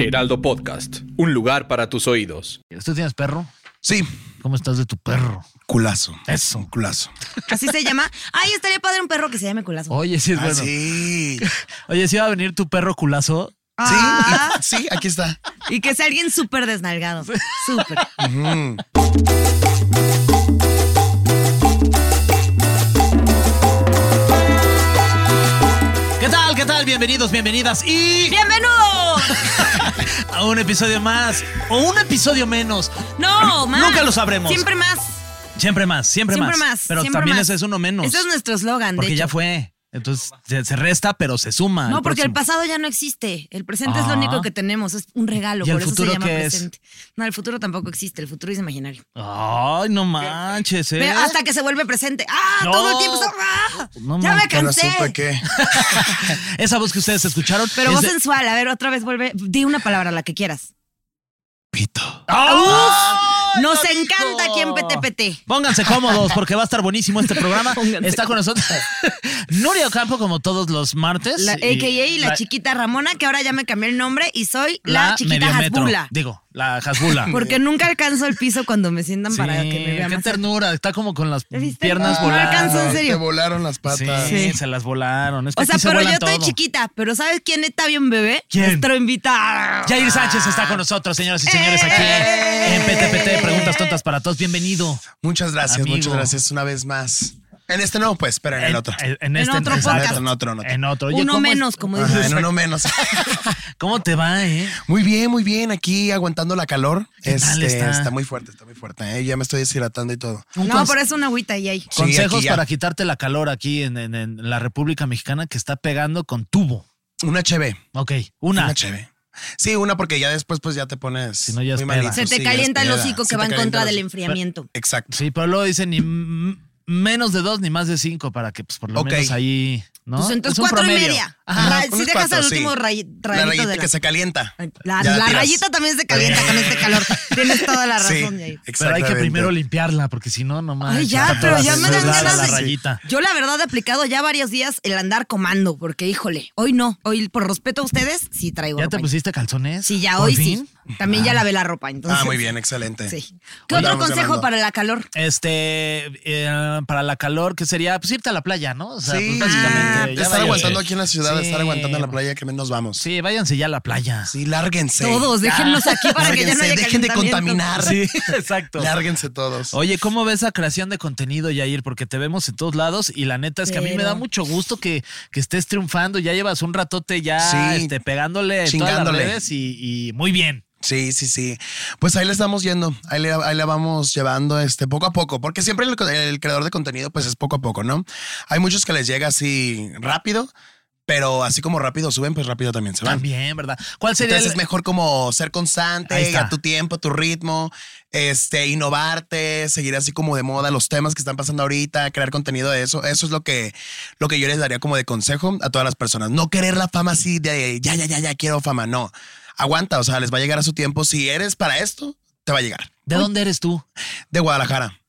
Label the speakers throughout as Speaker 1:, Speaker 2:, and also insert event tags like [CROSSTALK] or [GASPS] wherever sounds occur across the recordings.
Speaker 1: Heraldo Podcast, un lugar para tus oídos.
Speaker 2: ¿Tú tienes perro?
Speaker 3: Sí,
Speaker 2: ¿Cómo estás de tu perro?
Speaker 3: culazo.
Speaker 2: Eso.
Speaker 3: Culazo.
Speaker 4: Así se llama. Ay, estaría padre un perro que se llame culazo.
Speaker 2: Oye, sí es
Speaker 3: Ah,
Speaker 2: bueno.
Speaker 3: sí.
Speaker 2: Oye, si va a venir tu perro culazo.
Speaker 3: Sí,
Speaker 4: Ah,
Speaker 3: y- sí, aquí está.
Speaker 4: y que sea alguien súper desnalgado.
Speaker 2: [LAUGHS]
Speaker 4: Súper.
Speaker 2: ¿Qué tal? ¿Qué tal? Bienvenidos, bienvenidas y
Speaker 4: ¡Bienvenidos!
Speaker 2: a un episodio más o un episodio menos.
Speaker 4: No, más.
Speaker 2: Nunca lo sabremos.
Speaker 4: Siempre más.
Speaker 2: Siempre más, siempre,
Speaker 4: Siempre
Speaker 2: más.
Speaker 4: más.
Speaker 2: Pero
Speaker 4: siempre
Speaker 2: también
Speaker 4: más.
Speaker 2: ese es uno menos.
Speaker 4: Ese es nuestro eslogan. de
Speaker 2: porque ya
Speaker 4: hecho.
Speaker 2: fue. Entonces se, se resta, pero se suma.
Speaker 4: No, porque el
Speaker 2: próximo.
Speaker 4: pasado ya no existe. El presente es
Speaker 2: Ah.
Speaker 4: lo único que tenemos. Es un regalo.
Speaker 2: ¿Y el
Speaker 4: por eso
Speaker 2: futuro
Speaker 4: se llama
Speaker 2: qué es?
Speaker 4: presente. No, el futuro tampoco existe. El futuro es imaginario.
Speaker 2: Ay, no manches, ¿eh?
Speaker 4: Ve, hasta que se vuelve presente. ¡Ah!
Speaker 2: No. Pues
Speaker 4: Todo el tiempo. está- ¡Ah!
Speaker 2: No,
Speaker 4: ya
Speaker 2: man,
Speaker 4: me
Speaker 3: Pero
Speaker 4: cansé.
Speaker 3: supe que.
Speaker 2: Esa voz que ustedes escucharon.
Speaker 4: Pero
Speaker 2: es
Speaker 4: voz
Speaker 2: de-
Speaker 4: sensual. A ver, otra vez vuelve. Di una palabra, la que quieras.
Speaker 3: Pito.
Speaker 2: ¡Ah! ¡Ay,
Speaker 4: Nos
Speaker 2: amigo!
Speaker 4: encanta aquí en PTPT.
Speaker 2: Pónganse
Speaker 4: [LAUGHS]
Speaker 2: cómodos porque va a estar buenísimo este programa.
Speaker 4: Pónganse
Speaker 2: Está con nosotros Nuria Ocampo como todos los martes.
Speaker 4: La,
Speaker 2: Y-
Speaker 4: AKA la, chiquita Ramona, que ahora ya me cambié el nombre y soy la, chiquita
Speaker 2: mediometro.
Speaker 4: Hasbula.
Speaker 2: Digo, la Hasbula.
Speaker 4: [LAUGHS] Porque nunca alcanzo el piso cuando me sientan
Speaker 2: Sí,
Speaker 4: para que me vean
Speaker 2: qué
Speaker 4: más.
Speaker 2: ternura. Está como con las
Speaker 4: ¿Ya viste?
Speaker 2: piernas
Speaker 4: No
Speaker 2: volando.
Speaker 4: alcanzo, en
Speaker 3: Te
Speaker 4: serio.
Speaker 3: volaron las patas.
Speaker 2: Sí,
Speaker 4: Sí.
Speaker 2: se las volaron. Es que
Speaker 4: O sea,
Speaker 2: aquí se
Speaker 4: pero yo
Speaker 2: vuelan
Speaker 4: estoy
Speaker 2: todo.
Speaker 4: chiquita, pero ¿sabes quién está bien bebé?
Speaker 2: ¿Quién?
Speaker 4: Nuestro invitado.
Speaker 2: Jair Sánchez está con nosotros, señoras y señores, aquí
Speaker 4: Eh.
Speaker 2: en PTPT. Preguntas tontas para todos. Bienvenido.
Speaker 3: Muchas gracias,
Speaker 2: Amigo.
Speaker 3: muchas gracias una vez más. En este no, pues, pero en el otro.
Speaker 2: En,
Speaker 4: En
Speaker 2: este,
Speaker 4: otro
Speaker 2: exacto.
Speaker 4: podcast.
Speaker 3: En otro, en otro.
Speaker 2: En otro. Oye,
Speaker 4: Uno
Speaker 2: ¿cómo es-
Speaker 4: menos, como
Speaker 3: Ajá,
Speaker 4: dices.
Speaker 3: en
Speaker 2: [LAUGHS]
Speaker 3: uno menos.
Speaker 2: ¿Cómo te va, eh?
Speaker 3: Muy bien, muy bien. Aquí aguantando la calor. Este,
Speaker 2: ¿Qué tal está?
Speaker 3: está muy fuerte, está muy fuerte. ¿eh? Ya me estoy deshidratando y todo.
Speaker 2: Un
Speaker 4: No,
Speaker 2: conse-
Speaker 4: por eso una agüita y ahí.
Speaker 3: Sí,
Speaker 2: Consejos
Speaker 3: aquí ya.
Speaker 2: para quitarte la calor aquí en, en- en la República Mexicana que está pegando con tubo.
Speaker 3: Una cheve.
Speaker 2: Ok, una.
Speaker 3: Una cheve. Sí, una porque ya después pues ya te pones
Speaker 2: no, ya
Speaker 3: muy
Speaker 2: es
Speaker 3: malito.
Speaker 2: peda.
Speaker 4: Se te
Speaker 3: Ah, Sí, ya
Speaker 4: calienta
Speaker 3: es
Speaker 4: el
Speaker 3: peda.
Speaker 4: hocico
Speaker 3: Se
Speaker 4: que
Speaker 3: te
Speaker 4: va en
Speaker 3: calienta
Speaker 4: contra
Speaker 3: el
Speaker 4: del
Speaker 3: hocico.
Speaker 4: enfriamiento.
Speaker 3: Exacto.
Speaker 2: Sí, pero luego dicen ni m- menos de dos ni más de cinco para que pues por lo
Speaker 3: Ok.
Speaker 2: menos ahí, ¿no?
Speaker 4: Pues
Speaker 2: Es
Speaker 4: entonces
Speaker 2: un
Speaker 4: cuatro y
Speaker 2: promedio.
Speaker 4: media.
Speaker 2: Ajá.
Speaker 4: Ra-
Speaker 3: unos
Speaker 4: si dejas el
Speaker 3: cuatro, sí.
Speaker 4: último ray-
Speaker 3: La
Speaker 4: rayito
Speaker 3: rayita
Speaker 4: de la...
Speaker 3: que se calienta.
Speaker 4: La,
Speaker 3: Ya
Speaker 4: la
Speaker 3: tiras.
Speaker 4: rayita también se calienta con este calor. Tienes toda la
Speaker 3: Sí,
Speaker 2: Pero
Speaker 4: razón, Jair.
Speaker 2: hay que
Speaker 3: exactamente. Ah,
Speaker 2: primero limpiarla porque si no, no más.
Speaker 4: Ay, ya,
Speaker 2: está
Speaker 4: pero
Speaker 2: toda
Speaker 4: ya me dan
Speaker 2: sudada
Speaker 4: ganas
Speaker 2: la
Speaker 4: de.
Speaker 2: rayita.
Speaker 4: Yo, la verdad, he aplicado ya varios días el andar comando, porque híjole, hoy no. Hoy, por respeto a ustedes, sí traigo.
Speaker 2: ¿Ya
Speaker 4: ropa.
Speaker 2: te pusiste calzones?
Speaker 4: Sí, ya
Speaker 2: ¿Por
Speaker 4: hoy
Speaker 2: fin?
Speaker 4: sí. También ya lavé la ropa, entonces.
Speaker 3: Ah, muy bien, excelente.
Speaker 4: Sí. ¿Qué
Speaker 3: Hoy
Speaker 4: otro
Speaker 3: vamos
Speaker 4: consejo
Speaker 3: ganando.
Speaker 4: para la calor?
Speaker 2: Este, eh, para la calor, que sería pues irte a la playa, ¿no? O sea,
Speaker 3: Sí,
Speaker 2: pues, básicamente. ya
Speaker 3: estar aguantando
Speaker 2: váyanse.
Speaker 3: aquí en la ciudad,
Speaker 2: Sí.
Speaker 3: estar aguantando en la playa, que menos vamos.
Speaker 2: Sí, váyanse ya a la playa.
Speaker 3: Sí, lárguense.
Speaker 4: Todos, déjenlos aquí para que ya no
Speaker 3: Lárguense,
Speaker 4: haya
Speaker 3: dejen de
Speaker 4: calentamiento.
Speaker 3: contaminar. [LAUGHS]
Speaker 2: Sí, exacto.
Speaker 3: Lárguense todos.
Speaker 2: Oye, ¿cómo ves la creación de contenido, Yair? Porque te vemos en todos lados y la neta es que a mí me
Speaker 4: Pero-
Speaker 2: da mucho gusto que, que estés triunfando. Ya llevas un ratote ya
Speaker 3: Sí,
Speaker 2: este, pegándole en todas las
Speaker 3: chingándole.
Speaker 2: redes y, y muy bien.
Speaker 3: Sí, sí, sí. Pues ahí le estamos yendo, ahí le, ahí la vamos llevando este poco a poco, porque siempre el, el creador de contenido pues es poco a poco, ¿no? Hay muchos que les llega así rápido, pero así como rápido suben, pues rápido también se van.
Speaker 2: También, ¿verdad? ¿Cuál sería el,
Speaker 3: Entonces es mejor como ser
Speaker 2: Ahí
Speaker 3: constante,
Speaker 2: está.
Speaker 3: a tu tiempo, tu ritmo, este, innovarte, seguir así como de moda los temas que están pasando ahorita, crear contenido de eso. Eso es lo que, lo que yo les daría como de consejo a todas las personas. No querer la fama así de ya, ya, ya, ya quiero fama. No. Aguanta, o sea, les va a llegar a su tiempo. Si eres para esto, te va a llegar.
Speaker 2: ¿De dónde eres tú?
Speaker 3: De Guadalajara,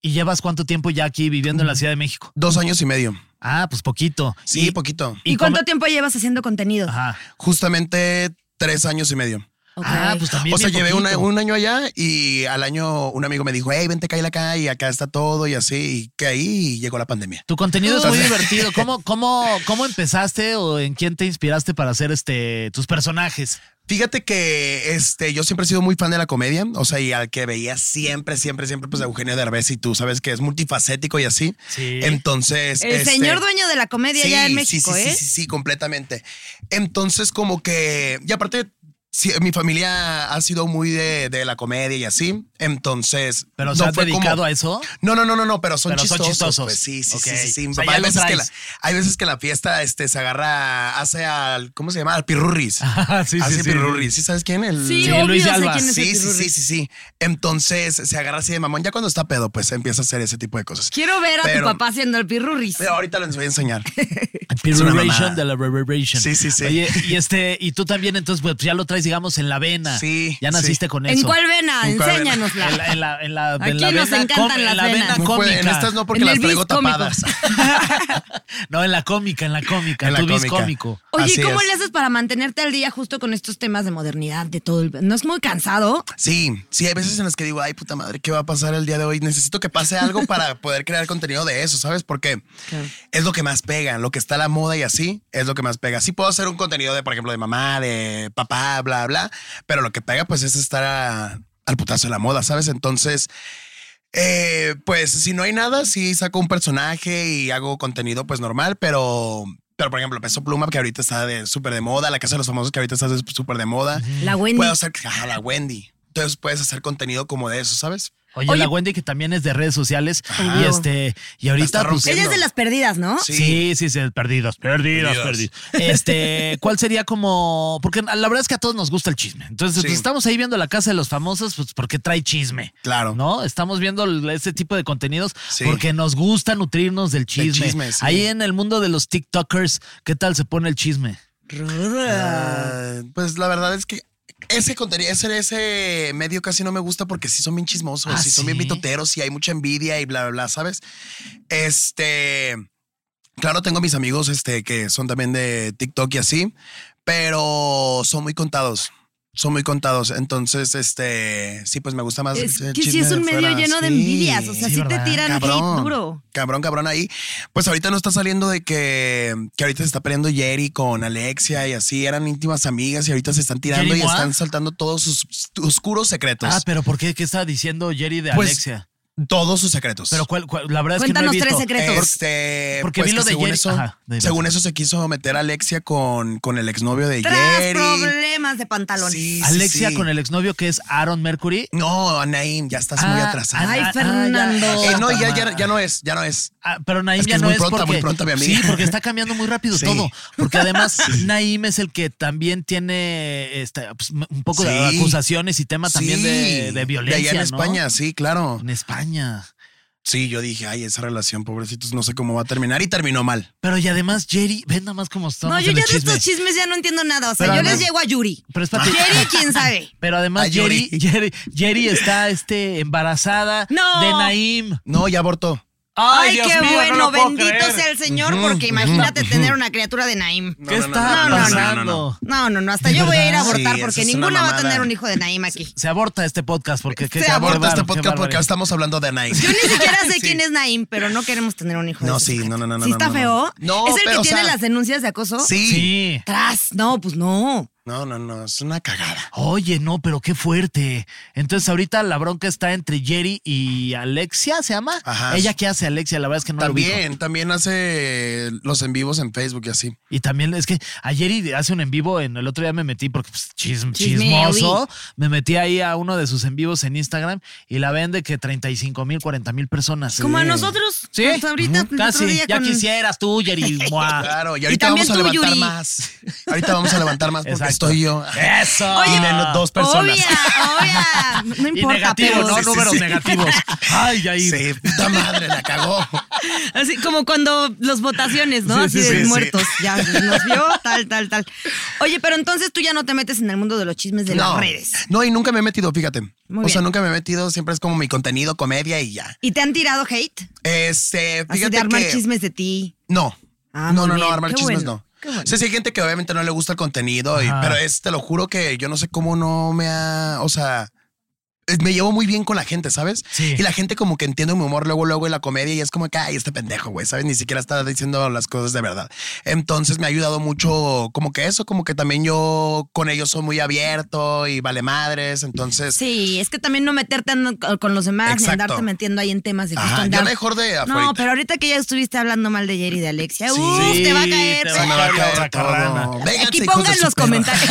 Speaker 2: ¿Y llevas cuánto tiempo ya aquí viviendo en la Ciudad de México?
Speaker 3: dos años y medio.
Speaker 2: Ah, pues poquito.
Speaker 3: Sí,
Speaker 2: Y-
Speaker 3: poquito.
Speaker 4: ¿Y,
Speaker 2: cómo-
Speaker 4: cuánto tiempo llevas haciendo contenido?
Speaker 3: Ah,
Speaker 2: Ajá.
Speaker 3: Justamente tres años y medio.
Speaker 4: Ok.
Speaker 2: Ah, pues también.
Speaker 3: O sea,
Speaker 2: bien
Speaker 3: llevé una-
Speaker 2: poquito.
Speaker 3: un año allá y al año un amigo me dijo, hey, vente, cae acá y acá está todo y así, y que ahí llegó la pandemia.
Speaker 2: Tu contenido es muy
Speaker 3: Uy.
Speaker 2: divertido.
Speaker 3: [LAUGHS]
Speaker 2: ¿Cómo, cómo, ¿Cómo empezaste o en quién te inspiraste para hacer este tus personajes?
Speaker 3: Fíjate que este, yo siempre he sido muy fan de la comedia, o sea, y al que veía siempre, siempre, siempre, pues a Eugenio Derbez y tú sabes que es multifacético y así.
Speaker 2: Sí.
Speaker 3: Entonces...
Speaker 4: El
Speaker 3: este,
Speaker 4: señor dueño de la comedia ya en
Speaker 3: sí,
Speaker 4: México,
Speaker 3: sí,
Speaker 4: ¿eh?
Speaker 3: Sí, sí, sí, completamente. Entonces, como que. Y aparte, sí, mi familia ha sido muy de, de la comedia y así. Entonces.
Speaker 2: Pero se han
Speaker 3: fue como-
Speaker 2: dedicado a [LAUGHS] eso.
Speaker 3: No, no, no, no, no, pero son
Speaker 2: Pero son
Speaker 3: chistosos.
Speaker 2: chistosos.
Speaker 3: pues, sí, sí,
Speaker 2: Ok.
Speaker 3: sí, sí, sí. Mi
Speaker 2: O sea,
Speaker 3: papá,
Speaker 2: ya
Speaker 3: hay,
Speaker 2: lo
Speaker 3: veces que la,
Speaker 2: traes.
Speaker 3: hay veces que la fiesta este, se agarra, hace al, ¿cómo se llama? Al pirurris.
Speaker 2: sí,
Speaker 3: hace pirurris. ¿Sí sabes quién? El,
Speaker 4: Sí,
Speaker 2: Sí,
Speaker 4: obvio
Speaker 2: Luis de Alba.
Speaker 4: sé quién es el
Speaker 3: Sí, sí, sí,
Speaker 4: pirurris.
Speaker 3: sí, sí. Entonces se agarra así de mamón. Ya cuando está pedo, pues empieza a hacer ese tipo de cosas.
Speaker 4: Quiero ver a
Speaker 3: Pero-
Speaker 4: tu papá haciendo el pirurris.
Speaker 3: Pero ahorita les voy a enseñar. Es una mamada.
Speaker 2: Peroration de la reverberation.
Speaker 3: Sí, sí, sí.
Speaker 2: Oye,
Speaker 3: [LAUGHS]
Speaker 2: y este, y tú también, entonces, pues ya lo traes, digamos, en la vena.
Speaker 3: Sí,
Speaker 2: Ya naciste
Speaker 3: sí.
Speaker 2: con eso.
Speaker 4: ¿En cuál vena?
Speaker 3: ¿En cuál vena?
Speaker 4: Enséñanosla.
Speaker 2: En la, en la, en la, en
Speaker 4: Aquí
Speaker 2: la
Speaker 4: nos
Speaker 2: vena
Speaker 4: encantan
Speaker 2: com- en [LAUGHS]
Speaker 4: las
Speaker 2: la vena
Speaker 4: venas.
Speaker 3: No puede-
Speaker 2: cómica.
Speaker 3: en estas no porque
Speaker 4: En el
Speaker 3: las traigo
Speaker 4: bis cómico.
Speaker 3: tapadas.
Speaker 2: No, en la cómica, en la cómica,
Speaker 3: En
Speaker 2: en
Speaker 3: la
Speaker 2: tu bis
Speaker 3: cómica.
Speaker 2: cómico.
Speaker 4: Oye,
Speaker 3: Así
Speaker 4: ¿y ¿cómo
Speaker 3: es.
Speaker 4: le haces para mantenerte al día justo con estos temas de modernidad, de todo el... ¿No es muy cansado?
Speaker 3: Sí, sí, hay veces en las que digo, ay, puta madre, ¿qué va a pasar el día de hoy? Necesito que pase algo para poder crear contenido de eso, ¿sabes? Porque
Speaker 4: Claro.
Speaker 3: es lo que más pega, lo que está a la moda y así, es lo que más pega. Sí puedo hacer un contenido de, por ejemplo, de mamá, de papá, bla, bla, pero lo que pega, pues, es estar a- al putazo de la moda, ¿sabes? Entonces, eh, pues, si no hay nada, sí saco un personaje y hago contenido, pues, normal, pero... Pero, por ejemplo, Peso Pluma, que ahorita está de súper de moda, La Casa de los Famosos, que ahorita está de súper de moda.
Speaker 4: La Wendy.
Speaker 3: Puedo hacer ajá, la Wendy. Entonces puedes hacer contenido como de eso, ¿sabes?
Speaker 2: Oye,
Speaker 4: Oye.
Speaker 2: la Wendy que también es de redes sociales. Y este, y
Speaker 3: está
Speaker 2: ahorita, pues.
Speaker 3: rompiendo.
Speaker 4: Ella es de las perdidas, ¿no?
Speaker 3: Sí.
Speaker 2: Sí, sí, sí, perdidos, perdidos,
Speaker 3: Perdidos.
Speaker 2: perdidos. Este, ¿cuál sería como? Porque la verdad es que a todos nos gusta el chisme. Entonces,
Speaker 3: Sí.
Speaker 2: pues, estamos ahí viendo la casa de los famosos, pues porque trae chisme.
Speaker 3: Claro.
Speaker 2: ¿No? Estamos viendo el- este tipo de contenidos
Speaker 3: Sí.
Speaker 2: porque nos gusta nutrirnos del chisme.
Speaker 3: chisme, sí.
Speaker 2: Ahí en el mundo de los TikTokers, ¿qué tal se pone el chisme?
Speaker 3: Ah, pues la verdad es que ese contenido, ese, ese medio casi no me gusta porque sí son bien chismosos,
Speaker 2: Ah,
Speaker 3: sí, son bien
Speaker 2: ¿sí?
Speaker 3: mitoteros y hay mucha envidia y bla, bla, bla, ¿sabes? Este. Claro, tengo mis amigos este, que son también de TikTok y así, pero son muy contados. Son muy contados. Entonces, este. Sí, pues me gusta más.
Speaker 4: Es
Speaker 3: el
Speaker 4: que sí
Speaker 3: chisme
Speaker 4: es un
Speaker 3: de
Speaker 4: medio
Speaker 3: afuera,
Speaker 4: lleno de
Speaker 3: sí.
Speaker 4: envidias, o sea,
Speaker 2: Sí,
Speaker 4: sí, te
Speaker 2: ¿verdad?
Speaker 4: tiran
Speaker 3: Cabrón.
Speaker 4: hate duro.
Speaker 3: Cabrón, cabrón ahí. Pues ahorita no está saliendo de que, que ahorita se está peleando Jerry con Alexia y así, eran íntimas amigas y ahorita se están tirando
Speaker 2: ¿Jerry
Speaker 3: y
Speaker 2: Moa?
Speaker 3: están saltando todos sus oscuros secretos.
Speaker 2: ah, pero ¿por qué? ¿Qué está diciendo Jerry de
Speaker 3: Pues,
Speaker 2: Alexia?
Speaker 3: todos sus secretos.
Speaker 2: Pero cuál, cuál- la verdad
Speaker 4: Cuéntanos
Speaker 2: es que no he
Speaker 4: tres
Speaker 2: visto.
Speaker 4: secretos.
Speaker 3: Este,
Speaker 2: Porque
Speaker 3: pues
Speaker 2: vi lo
Speaker 3: que
Speaker 2: de
Speaker 3: según
Speaker 2: Jerry-
Speaker 3: Eso,
Speaker 2: Ajá, de-
Speaker 3: según eso se quiso meter a Alexia con, con el exnovio de
Speaker 4: Tras
Speaker 3: Jerry.
Speaker 4: problemas de pantalones.
Speaker 3: Sí, sí,
Speaker 2: Alexia
Speaker 3: sí.
Speaker 2: con el exnovio que es Aaron Mercury.
Speaker 3: No, Anaim, ya estás muy
Speaker 2: Ah,
Speaker 3: atrasada.
Speaker 4: Ay,
Speaker 2: ah, ah, ya.
Speaker 4: Fernando.
Speaker 3: Eh, no, ya, ya, ya no es, ya no es.
Speaker 2: Ah, pero Naim
Speaker 3: Es que
Speaker 2: ya
Speaker 3: es
Speaker 2: no
Speaker 3: muy
Speaker 2: es
Speaker 3: pronta, muy
Speaker 2: porque,
Speaker 3: pronta, mi amiga.
Speaker 2: Sí, porque está cambiando muy rápido
Speaker 3: Sí.
Speaker 2: todo. Porque además
Speaker 3: [LAUGHS]
Speaker 2: Naim es el que también tiene este, pues, un poco de
Speaker 3: Sí.
Speaker 2: acusaciones y tema también
Speaker 3: Sí,
Speaker 2: de, de violencia.
Speaker 3: allá en
Speaker 2: ¿no?
Speaker 3: España, sí, claro.
Speaker 2: En España.
Speaker 3: Sí, yo dije, ay, esa relación, pobrecitos, no sé cómo va a terminar. Y terminó mal.
Speaker 2: Pero y además Jerry, ven nada más cómo estamos
Speaker 4: No, yo
Speaker 2: en
Speaker 4: ya
Speaker 2: el
Speaker 4: de
Speaker 2: chisme.
Speaker 4: estos chismes ya no entiendo nada. O sea,
Speaker 2: Pero
Speaker 4: yo
Speaker 2: además-
Speaker 4: les llego
Speaker 3: [LAUGHS]
Speaker 4: a Yuri.
Speaker 2: Pero espérate. [LAUGHS]
Speaker 4: Jerry, quién sabe.
Speaker 2: Pero
Speaker 3: A
Speaker 2: además Jerry,
Speaker 3: Yuri.
Speaker 2: Jerry, Jerry está este, embarazada
Speaker 4: No.
Speaker 2: de Naim.
Speaker 3: No, ya abortó.
Speaker 4: Ay,
Speaker 2: Dios
Speaker 4: qué
Speaker 2: mío, no
Speaker 4: bueno,
Speaker 2: lo puedo
Speaker 4: bendito
Speaker 2: creer.
Speaker 4: sea el Señor, porque imagínate tener una criatura de Naim.
Speaker 2: ¿Qué está
Speaker 4: no, no, no, no,
Speaker 2: pasando?
Speaker 4: No, no, no, hasta
Speaker 2: ¿De
Speaker 4: yo voy a ir
Speaker 2: verdad?
Speaker 4: a abortar
Speaker 3: Sí, eso
Speaker 4: porque
Speaker 3: es una
Speaker 4: ninguna va a
Speaker 3: mamada.
Speaker 4: tener un hijo de Naim aquí.
Speaker 2: Se aborta este podcast porque qué,
Speaker 4: Se
Speaker 2: qué
Speaker 4: aborta
Speaker 3: Aborta
Speaker 2: bárbaro,
Speaker 3: este
Speaker 2: qué
Speaker 3: podcast porque
Speaker 2: barbaridad.
Speaker 3: ahora estamos hablando de Anaí.
Speaker 4: Yo ni siquiera
Speaker 3: [LAUGHS]
Speaker 4: sé quién es Naim, pero no queremos tener un hijo de
Speaker 3: No,
Speaker 4: ese
Speaker 3: sí,
Speaker 4: sujeto.
Speaker 3: no, no, no,
Speaker 4: ¿Sí
Speaker 3: no,
Speaker 4: está
Speaker 3: no, no.
Speaker 4: feo?
Speaker 3: No,
Speaker 4: ¿Es el
Speaker 3: pero, o
Speaker 4: que tiene
Speaker 3: sea,
Speaker 4: las denuncias de acoso?
Speaker 3: Sí.
Speaker 2: Sí.
Speaker 4: Tras, no, pues no.
Speaker 3: No, no, no, es una cagada.
Speaker 2: Oye, no, pero qué fuerte. Entonces ahorita la bronca está entre Jerry y Alexia, ¿se llama?
Speaker 3: Ajá.
Speaker 2: Ella que hace Alexia, la verdad es que no lo ubico.
Speaker 3: También, también hace los en vivos en Facebook y así.
Speaker 2: Y también es que a Jerry hace un en vivo, en el otro día me metí porque pues, chism-
Speaker 4: Chismeawi.
Speaker 2: chismoso, me metí ahí a uno de sus en vivos en Instagram y la vende que 35 mil, 40 mil personas.
Speaker 4: Como a nosotros.
Speaker 2: Sí,
Speaker 4: Pues ahorita,
Speaker 2: Ujú.
Speaker 4: el
Speaker 2: casi.
Speaker 4: otro día
Speaker 2: Ya
Speaker 4: con-
Speaker 2: quisieras tú,
Speaker 4: [LAUGHS]
Speaker 2: Jerry. Mua.
Speaker 3: Claro, y
Speaker 4: Y
Speaker 3: ahorita
Speaker 4: también
Speaker 3: vamos a
Speaker 4: tú,
Speaker 3: levantar
Speaker 4: Yuri.
Speaker 3: más. Ahorita vamos a levantar más porque
Speaker 2: Exacto.
Speaker 3: estoy yo.
Speaker 2: Eso.
Speaker 4: Oye,
Speaker 3: Y menos dos personas.
Speaker 4: Obvia,
Speaker 3: [LAUGHS]
Speaker 4: obvia. No
Speaker 2: Y
Speaker 4: importa,
Speaker 2: negativo,
Speaker 4: pero.
Speaker 2: ¿no?
Speaker 3: Sí, sí,
Speaker 2: Números
Speaker 3: sí.
Speaker 2: negativos. Ay, ahí.
Speaker 3: Sí, puta madre, la cagó.
Speaker 4: Así como cuando los votaciones, ¿no?
Speaker 3: Sí, sí,
Speaker 4: Así de
Speaker 3: sí, sí.
Speaker 4: muertos.
Speaker 3: [LAUGHS]
Speaker 4: Ya nos vio, tal, tal, tal. Oye, pero entonces tú ya no te metes en el mundo de los chismes de las
Speaker 3: No,
Speaker 4: redes.
Speaker 3: no, y nunca me he metido, fíjate.
Speaker 4: Muy
Speaker 3: o sea,
Speaker 4: bien.
Speaker 3: nunca me he metido, siempre es como mi contenido, comedia y ya.
Speaker 4: ¿Y te han tirado hate?
Speaker 3: Este,
Speaker 4: Así
Speaker 3: fíjate
Speaker 4: de armar
Speaker 3: que...
Speaker 4: chismes de ti.
Speaker 3: No.
Speaker 4: Ah,
Speaker 3: no,
Speaker 4: muy
Speaker 3: no, no,
Speaker 4: bien.
Speaker 3: armar
Speaker 4: Qué
Speaker 3: chismes
Speaker 4: bueno, qué
Speaker 3: no.
Speaker 4: bueno.
Speaker 3: Sí, sí, hay gente que obviamente no le gusta el contenido, y-
Speaker 2: Ajá.
Speaker 3: pero es, te lo juro que yo no sé cómo no me ha, o sea, eh, me llevo muy bien con la gente, ¿sabes?
Speaker 2: Sí.
Speaker 3: Y la gente como que entiende mi humor luego, luego en la comedia y es como que, ay, este pendejo, güey, ¿sabes? Ni siquiera está diciendo las cosas de verdad. Entonces me ha ayudado mucho como que eso, como que también yo con ellos soy muy abierto y vale madres, entonces...
Speaker 4: Sí, es que también no meterte en- con los demás ni
Speaker 3: Exacto.
Speaker 4: andarte metiendo ahí en temas de
Speaker 3: Ajá,
Speaker 4: justo
Speaker 3: ya
Speaker 4: andar-
Speaker 3: mejor de afuerita.
Speaker 4: No, pero ahorita que ya estuviste hablando mal de Jerry y de Alexia,
Speaker 3: Sí.
Speaker 4: uf, te va a caer.
Speaker 2: te
Speaker 3: Se me
Speaker 4: pero-
Speaker 3: va a caer
Speaker 2: La
Speaker 3: todo.
Speaker 2: carrana.
Speaker 3: Vénganse,
Speaker 4: Aquí
Speaker 3: hijos de
Speaker 4: pongan
Speaker 3: su
Speaker 4: los
Speaker 3: perra.
Speaker 4: comentarios.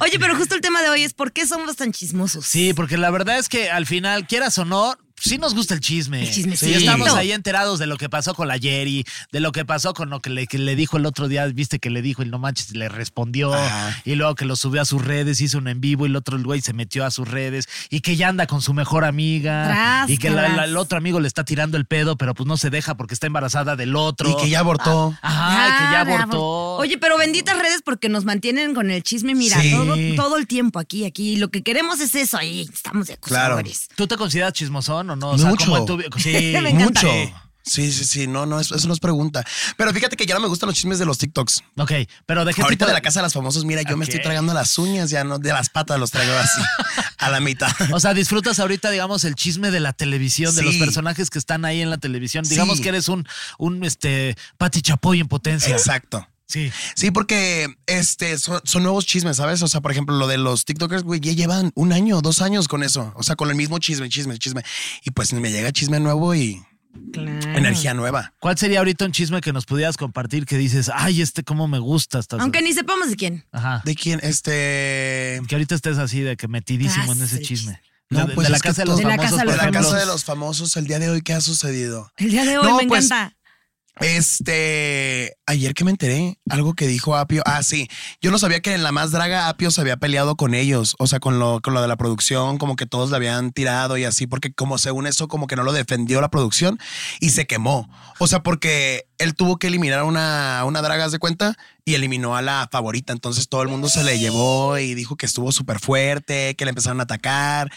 Speaker 4: Oye, pero justo el tema de hoy es ¿por qué somos tan chismosos?
Speaker 2: Sí, pues, porque la verdad es que al final, quieras o no, sí nos gusta el chisme.
Speaker 4: El chismecito.
Speaker 2: Sí, estamos ahí enterados de lo que pasó con la Jerry, de lo que pasó con lo que le, que le dijo el otro día, viste que le dijo y no manches, le respondió.
Speaker 3: Ajá.
Speaker 2: Y luego que lo subió a sus redes, hizo un en vivo y el otro el güey se metió a sus redes y que ya anda con su mejor amiga.
Speaker 4: Tras,
Speaker 2: y que la- la-
Speaker 4: tras.
Speaker 2: el otro amigo le está tirando el pedo, pero pues no se deja porque está embarazada del otro.
Speaker 3: Y que ya abortó.
Speaker 2: Ajá, y que ya
Speaker 4: Ah, de
Speaker 2: abortó.
Speaker 4: abor- Oye, pero benditas redes porque nos mantienen con el chisme, mira,
Speaker 3: Sí.
Speaker 4: todo, todo el tiempo aquí, aquí. Lo que queremos es eso, ahí estamos de
Speaker 3: Claro.
Speaker 4: acusadores.
Speaker 2: ¿Tú te consideras chismosón o no?
Speaker 3: Mucho.
Speaker 2: ¿cómo en tu-
Speaker 3: [LAUGHS]
Speaker 2: [LAUGHS] Sí,
Speaker 4: Me encanta.
Speaker 3: Mucho. Sí, sí, sí, no, no, eso, eso no es pregunta. Pero fíjate que ya no me gustan los chismes de los TikToks.
Speaker 2: Ok, pero de qué
Speaker 3: Ahorita
Speaker 2: tipo
Speaker 3: de la casa de los famosos, mira, yo me
Speaker 2: Ok.
Speaker 3: estoy tragando las uñas, ya no, de las patas los traigo así, a
Speaker 2: [LAUGHS]
Speaker 3: la mitad.
Speaker 2: O sea, disfrutas ahorita, digamos, el chisme de la televisión, de
Speaker 3: Sí.
Speaker 2: los personajes que están ahí en la televisión.
Speaker 3: Sí.
Speaker 2: Digamos que eres un, un este, Pati Chapoy en potencia.
Speaker 3: Exacto.
Speaker 2: Sí.
Speaker 3: Sí, porque este son, son nuevos chismes, ¿sabes? O sea, por ejemplo, lo de los TikTokers, güey, ya llevan un año, dos años con eso. O sea, con el mismo chisme, chisme, chisme. Y pues me llega chisme nuevo y
Speaker 2: Mm.
Speaker 4: Claro.
Speaker 3: energía nueva.
Speaker 2: ¿Cuál sería ahorita un chisme que nos pudieras compartir que dices, ay, este cómo me gusta? Estás...
Speaker 4: Aunque ni sepamos de quién.
Speaker 2: Ajá.
Speaker 3: ¿De quién? Este.
Speaker 2: Que ahorita estés así de que metidísimo en
Speaker 4: Tras
Speaker 2: ese
Speaker 4: el
Speaker 2: chisme.
Speaker 3: No,
Speaker 2: de,
Speaker 3: pues
Speaker 2: de la
Speaker 3: es que
Speaker 2: casa de los
Speaker 3: todo-
Speaker 4: De la
Speaker 2: famosos,
Speaker 4: casa de
Speaker 2: por
Speaker 3: De la
Speaker 4: los
Speaker 2: ejemplo.
Speaker 3: casa de los famosos, el día de hoy, ¿qué ha sucedido?
Speaker 4: El día de hoy
Speaker 3: No,
Speaker 4: me
Speaker 3: pues,
Speaker 4: encanta.
Speaker 3: Este, ayer que me enteré, algo que dijo Apio. Ah, sí. Yo no sabía que en la más draga Apio se había peleado con ellos. O sea, con lo, con lo de la producción, como que todos le habían tirado y así, porque como según eso, como que no lo defendió la producción y se quemó. O sea, porque él tuvo que eliminar a una, a una draga, haz de cuenta, y eliminó a la favorita. Entonces todo el mundo se le llevó y dijo que estuvo súper fuerte, que le empezaron a atacar.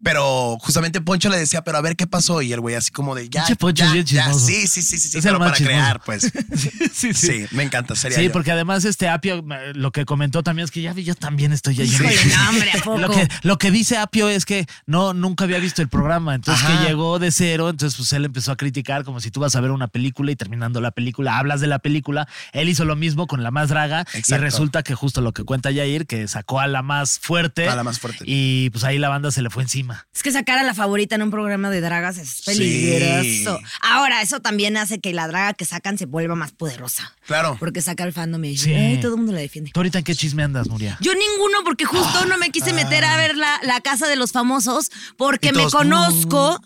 Speaker 3: Pero justamente Poncho le decía, pero a ver qué pasó. Y el güey así como de ya.
Speaker 2: Pinche Poncho
Speaker 3: ya,
Speaker 2: es bien
Speaker 3: ya,
Speaker 2: chismoso.
Speaker 3: sí, sí, sí, sí, sí,
Speaker 2: Es el
Speaker 3: pero
Speaker 2: más
Speaker 3: para
Speaker 2: chismoso.
Speaker 3: crear, pues.
Speaker 2: [LAUGHS] [LAUGHS] sí, sí.
Speaker 3: Sí, me encanta, sería
Speaker 2: Sí,
Speaker 3: yo.
Speaker 2: porque además este Apio eh, lo que comentó también es que ya vi, yo también estoy ahí. [LAUGHS]
Speaker 4: Híjole, no, hombre, ¿a poco?
Speaker 2: Lo que, lo que dice Apio es que no, nunca había visto el programa, entonces
Speaker 3: Ajá.
Speaker 2: que llegó de cero, entonces pues él empezó a criticar como si tú vas a ver una película y terminando la película hablas de la película. Él hizo lo mismo con la más draga y
Speaker 3: Exacto.
Speaker 2: resulta que justo lo que cuenta Yair, que sacó a la más fuerte.
Speaker 3: A la más fuerte.
Speaker 2: Y pues ahí la banda se le fue encima.
Speaker 4: Es que sacar a la favorita en un programa de dragas es peligroso.
Speaker 3: Sí.
Speaker 4: Ahora, eso también hace que la draga que sacan se vuelva más poderosa.
Speaker 3: Claro.
Speaker 4: Porque saca al fandom y
Speaker 2: Sí.
Speaker 4: ay, todo el mundo la defiende.
Speaker 2: ¿Tú ahorita en qué chisme andas, Nuria?
Speaker 4: Yo ninguno porque justo no me quise meter a ver la, la casa de los famosos porque
Speaker 3: Y
Speaker 4: me
Speaker 3: todos,
Speaker 2: [LAUGHS]
Speaker 4: conozco,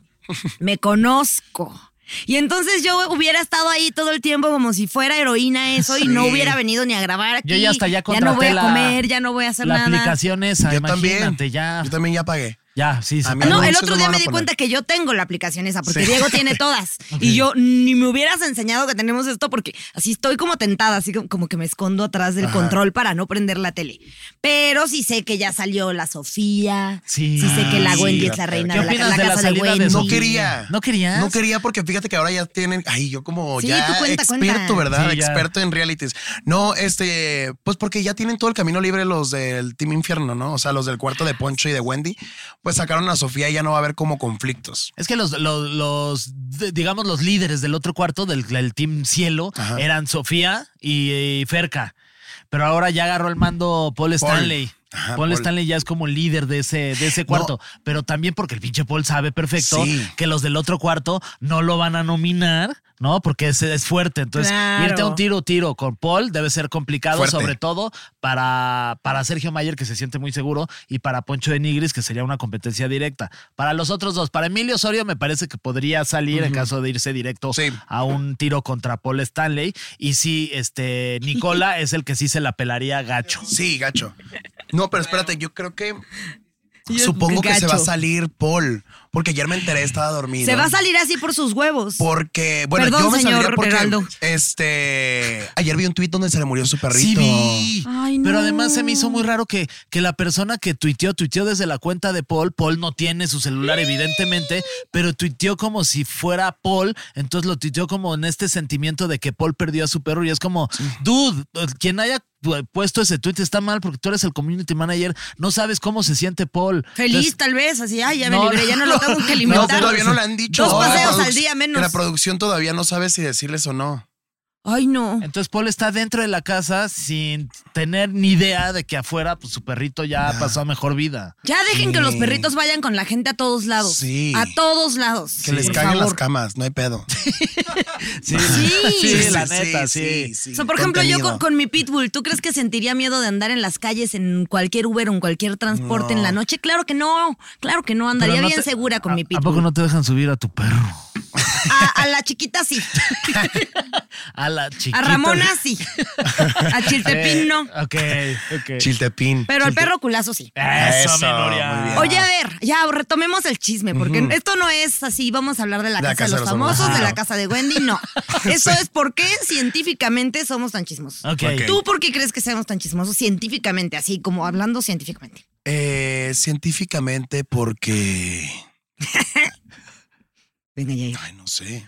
Speaker 4: me conozco. Y entonces yo hubiera estado ahí todo el tiempo como si fuera heroína eso y no
Speaker 3: Sí.
Speaker 4: hubiera venido ni a grabar aquí.
Speaker 2: Yo ya hasta ya contraté
Speaker 4: no voy a
Speaker 2: la-
Speaker 4: comer, ya no voy a hacer
Speaker 2: la
Speaker 4: nada.
Speaker 2: aplicación esa,
Speaker 3: yo
Speaker 2: imagínate,
Speaker 3: también.
Speaker 2: ya.
Speaker 3: Yo también ya pagué.
Speaker 2: Ya, sí,
Speaker 3: A
Speaker 2: se
Speaker 3: mí
Speaker 4: Ah, No, el
Speaker 3: Anuncios
Speaker 4: otro
Speaker 3: no
Speaker 4: día
Speaker 3: van
Speaker 4: me
Speaker 3: a
Speaker 4: di
Speaker 3: poner.
Speaker 4: cuenta que yo tengo la aplicación esa,
Speaker 3: Sí.
Speaker 4: porque Diego
Speaker 3: [LAUGHS]
Speaker 4: tiene todas. Y yo ni me hubieras enseñado que tenemos esto, porque así estoy como tentada, así como- como que me escondo atrás del
Speaker 3: Ajá.
Speaker 4: control para no prender la tele. Pero sí sé que ya salió la Sofía,
Speaker 2: Sí.
Speaker 4: sí, sé que la
Speaker 3: Sí,
Speaker 4: Wendy
Speaker 3: la
Speaker 4: es la
Speaker 3: perra.
Speaker 4: reina
Speaker 2: ¿Qué
Speaker 4: de la,
Speaker 2: opinas
Speaker 4: la
Speaker 2: de la
Speaker 4: casa de,
Speaker 2: salida de
Speaker 4: Wendy.
Speaker 3: No
Speaker 2: Sí.
Speaker 3: quería.
Speaker 2: ¿No querías?
Speaker 3: No quería porque fíjate que ahora ya tienen. Ay, yo como
Speaker 4: Sí,
Speaker 3: ya
Speaker 4: tú cuenta, cuenta.
Speaker 3: experto, ¿verdad?
Speaker 2: Sí, ya.
Speaker 3: Experto en realities. No, este, pues porque ya tienen todo el camino libre los del Team Infierno, ¿no? O sea, los del cuarto de Poncho y de Wendy. Pues sacaron a Sofía y ya no va a haber como conflictos.
Speaker 2: Es que los, los, los, de- digamos, los líderes del otro cuarto, del, del Team Cielo,
Speaker 3: Ajá.
Speaker 2: eran Sofía y, eh, Ferca. Pero ahora ya agarró el mando Paul Stanley.
Speaker 3: Ajá,
Speaker 2: Paul,
Speaker 3: Paul.
Speaker 2: Stanley ya es como el líder de ese, de ese cuarto. Pero también porque el pinche Paul sabe perfecto
Speaker 3: Sí.
Speaker 2: que los del otro cuarto no lo van a nominar, ¿no? Porque es, es fuerte. Entonces,
Speaker 4: Claro.
Speaker 2: irte a un tiro, tiro con Paul debe ser complicado,
Speaker 3: Fuerte.
Speaker 2: sobre todo para, para Sergio Mayer, que se siente muy seguro, y para Poncho de Nigris, que sería una competencia directa. Para los otros dos, para Emilio Osorio, me parece que podría salir en caso de irse directo
Speaker 3: Sí.
Speaker 2: a un tiro contra Paul Stanley. Y sí, este, Nicola es el que sí se la pelaría gacho.
Speaker 3: Sí, gacho. No, pero espérate, yo creo que.
Speaker 4: Sí, yo-
Speaker 3: Supongo que se
Speaker 4: gacho.
Speaker 3: va a salir Paul, porque ayer me enteré, estaba dormido.
Speaker 4: Se va a salir así por sus huevos.
Speaker 3: Porque, bueno,
Speaker 4: Perdón,
Speaker 3: yo me
Speaker 4: señor
Speaker 3: saldría porque
Speaker 4: Geraldo.
Speaker 3: este ayer vi un tuit donde se le murió su perrito.
Speaker 2: Sí vi.
Speaker 4: Ay, no.
Speaker 2: Pero además se me hizo muy raro que, que la persona que tuiteó, tuiteó desde la cuenta de Paul. Paul no tiene su celular, evidentemente, pero tuiteó como si fuera Paul. Entonces lo tuiteó como en este sentimiento de que Paul perdió a su perro. Y es como, dude, quien haya pu- puesto ese tweet está mal porque tú eres el community manager, no sabes cómo se siente Paul.
Speaker 4: Feliz
Speaker 2: Entonces,
Speaker 4: tal vez, así, ay, ya me
Speaker 2: No,
Speaker 4: libré, ya no
Speaker 2: no,
Speaker 4: lo tengo
Speaker 3: [LAUGHS]
Speaker 4: que
Speaker 3: No, pues,
Speaker 4: alimentar.
Speaker 3: todavía no le han dicho.
Speaker 4: Dos
Speaker 3: No, la
Speaker 4: paseos al
Speaker 3: produc-
Speaker 4: día menos.
Speaker 3: La producción todavía no sabe si decirles o no.
Speaker 4: Ay, no.
Speaker 2: entonces Paul está dentro de la casa sin tener ni idea de que afuera pues, su perrito ya pasó a mejor vida.
Speaker 4: Ya dejen que los
Speaker 3: Sí.
Speaker 4: perritos vayan con la gente a todos lados.
Speaker 3: Sí.
Speaker 4: A todos lados.
Speaker 3: Que les
Speaker 4: por
Speaker 3: caguen las
Speaker 4: favor.
Speaker 3: camas, no hay pedo.
Speaker 2: [LAUGHS] Sí,
Speaker 4: Sí,
Speaker 2: la neta, sí.
Speaker 4: O sea, por ejemplo, yo con,
Speaker 3: contenido.
Speaker 4: con mi pitbull, ¿tú crees que sentiría miedo de andar en las calles en cualquier Uber o en cualquier transporte en la noche? Claro que no, claro que no, andaría
Speaker 2: Pero no
Speaker 4: bien
Speaker 2: te-
Speaker 4: segura con
Speaker 2: ¿A-
Speaker 4: mi
Speaker 2: ¿A poco
Speaker 4: pitbull.
Speaker 2: no te dejan subir a tu perro?
Speaker 4: A, a la
Speaker 2: [LAUGHS]
Speaker 4: chiquita sí,
Speaker 2: A la chiquita. Eh,
Speaker 4: a Ramona sí, a Chiltepín no,
Speaker 2: Ok, ok.
Speaker 3: Chiltepín.
Speaker 4: pero al perro culazo sí.
Speaker 2: Eso,
Speaker 3: Eso,
Speaker 2: mi Nuria.
Speaker 3: muy bien.
Speaker 4: Oye, a ver, ya retomemos el chisme, porque esto no es así, vamos a hablar de la, casa, de los famosos, de la casa de Wendy, [LAUGHS] no. Eso es por qué científicamente somos tan chismosos.
Speaker 2: Ok.
Speaker 3: Ok.
Speaker 4: ¿Tú por qué crees que seamos tan chismosos científicamente, así como hablando científicamente?
Speaker 3: Eh, científicamente, porque.
Speaker 4: Venga, ya,
Speaker 3: Ay, no sé.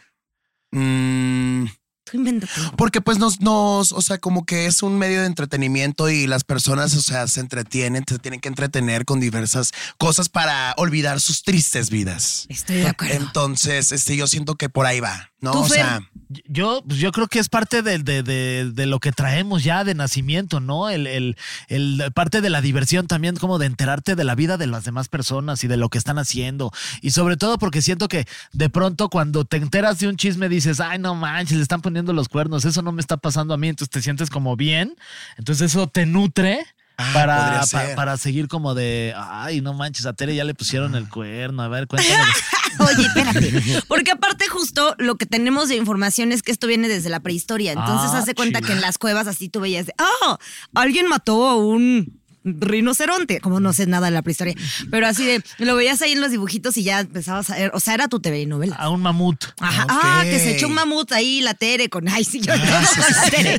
Speaker 3: Mm,
Speaker 4: tú invéntate.
Speaker 3: porque pues nos, nos, o sea, como que es un medio de entretenimiento y las personas, o sea, se entretienen, se tienen que entretener con diversas cosas para olvidar sus tristes vidas.
Speaker 4: Estoy de acuerdo.
Speaker 3: Entonces, este, yo siento que por ahí va, ¿no?
Speaker 4: Tú,
Speaker 3: O
Speaker 4: Fer.
Speaker 3: sea,
Speaker 2: Yo, pues, yo creo que es parte de, de- de- de lo que traemos ya de nacimiento, ¿no? El, el- el- parte de la diversión también, como de enterarte de la vida de las demás personas y de lo que están haciendo. Y sobre todo porque siento que de pronto cuando te enteras de un chisme dices, ay, no manches, le están poniendo los cuernos, eso no me está pasando a mí, entonces te sientes como bien, entonces eso te nutre.
Speaker 3: Ah,
Speaker 2: Para,
Speaker 3: podría
Speaker 2: pa-
Speaker 3: ser.
Speaker 2: para seguir como de, ay, no manches, a Tere ya le pusieron el cuerno, a ver, cuéntame.
Speaker 4: [LAUGHS] Oye, [LAUGHS] espérate. Porque aparte, justo lo que tenemos de información es que esto viene desde la prehistoria. Entonces,
Speaker 2: Ah,
Speaker 4: haz de cuenta
Speaker 2: chinga.
Speaker 4: que en las cuevas así tú veías de, ¡oh! Alguien mató a un rinoceronte. Como no sé nada de la prehistoria. Pero así de, lo veías ahí en los dibujitos y ya empezabas a ver. O sea, era tu TV novela.
Speaker 2: a un mamut.
Speaker 4: Ajá.
Speaker 3: ok.
Speaker 4: Ah, que se echó un mamut ahí, la Tere, con. Ay, sí, yo todo con la [LAUGHS] Tere.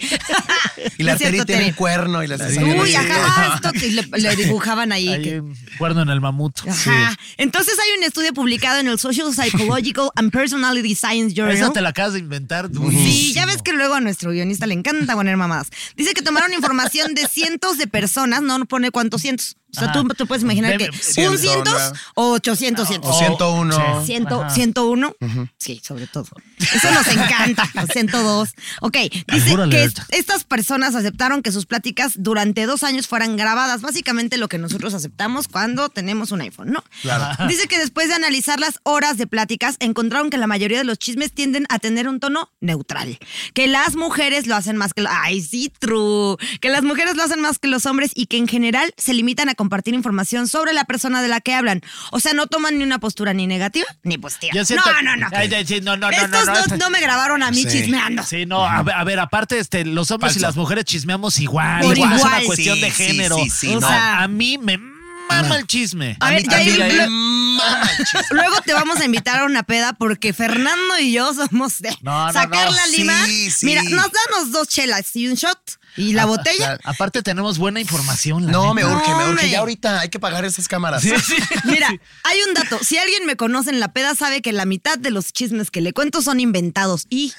Speaker 3: y la
Speaker 4: No es
Speaker 3: Teri
Speaker 4: cierto,
Speaker 3: tiene un cuerno y la
Speaker 2: tiene
Speaker 4: Uy, ajá, Ah, esto que le, [LAUGHS] le dibujaban ahí.
Speaker 2: Hay
Speaker 4: que-
Speaker 2: un cuerno en el mamut.
Speaker 4: Ajá. Entonces hay un estudio publicado en el Social Psychological and Personality Science Journal.
Speaker 2: Esa te la acabas de inventar.
Speaker 4: Sí, ya
Speaker 2: durísimo.
Speaker 4: ves que luego a nuestro guionista le encanta poner mamadas. Dice que tomaron información de cientos de personas, no pone cuántos cientos. O sea,
Speaker 2: Ajá.
Speaker 4: tú te puedes imaginar
Speaker 2: Ah. Ve-
Speaker 4: que
Speaker 3: ciento,
Speaker 4: un cientos
Speaker 3: ¿no?
Speaker 4: o ochocientos
Speaker 3: O
Speaker 4: cientos.
Speaker 3: 101.
Speaker 2: Sí.
Speaker 4: Ciento-
Speaker 2: Ajá.
Speaker 4: 101. Sí, sobre todo. Eso nos encanta. o 102. Ok, dice
Speaker 2: Albur
Speaker 4: que
Speaker 2: alert.
Speaker 4: es- estas personas aceptaron que sus pláticas durante dos años fueran grabadas. Básicamente lo que nosotros aceptamos cuando tenemos un iPhone, ¿no?
Speaker 3: Claro.
Speaker 4: [LAUGHS] Dice que después de analizar las horas de pláticas, encontraron que la mayoría de los chismes tienden a tener un tono neutral. Que las mujeres lo hacen más que los... ¡Ay, sí, true! Que las mujeres lo hacen más que los hombres y que en general se limitan a compartir información sobre la persona de la que hablan. O sea, no toman ni una postura ni negativa ni positiva.
Speaker 2: Yo siento-
Speaker 4: No, no, no.
Speaker 2: Ay, ay, sí, no, no, no,
Speaker 4: Estos
Speaker 2: no, no.
Speaker 4: no, no me grabaron a mí
Speaker 3: Sí.
Speaker 4: chismeando.
Speaker 2: Sí, no, a ver, a ver, aparte, este, los hombres y
Speaker 3: Falso.
Speaker 2: las mujeres chismeamos igual.
Speaker 4: Por
Speaker 2: Es una
Speaker 4: igual.
Speaker 2: cuestión
Speaker 3: Sí,
Speaker 2: de
Speaker 3: sí,
Speaker 2: género.
Speaker 3: sí, sí,
Speaker 2: O
Speaker 4: no.
Speaker 2: sea, a mí me mama el chisme.
Speaker 4: A ver, ya
Speaker 3: También
Speaker 4: hay-
Speaker 3: la-
Speaker 4: lo-
Speaker 3: Mama, chis-
Speaker 4: Luego te vamos a invitar a una peda porque Fernando y yo somos de
Speaker 2: No, no,
Speaker 4: sacar
Speaker 2: no.
Speaker 4: la
Speaker 3: Sí,
Speaker 4: lima.
Speaker 3: sí.
Speaker 4: Mira, nos danos dos chelas y un shot y
Speaker 2: Ah,
Speaker 4: la botella.
Speaker 2: Aparte, tenemos buena información. la
Speaker 3: No, me
Speaker 2: neta.
Speaker 3: urge, me urge.
Speaker 4: Hombre.
Speaker 3: Ya ahorita hay que pagar esas cámaras.
Speaker 2: Sí, [LAUGHS] sí.
Speaker 4: [LAUGHS] Mira, hay un dato. Si alguien me conoce en la peda sabe que la mitad de los chismes que le cuento son inventados y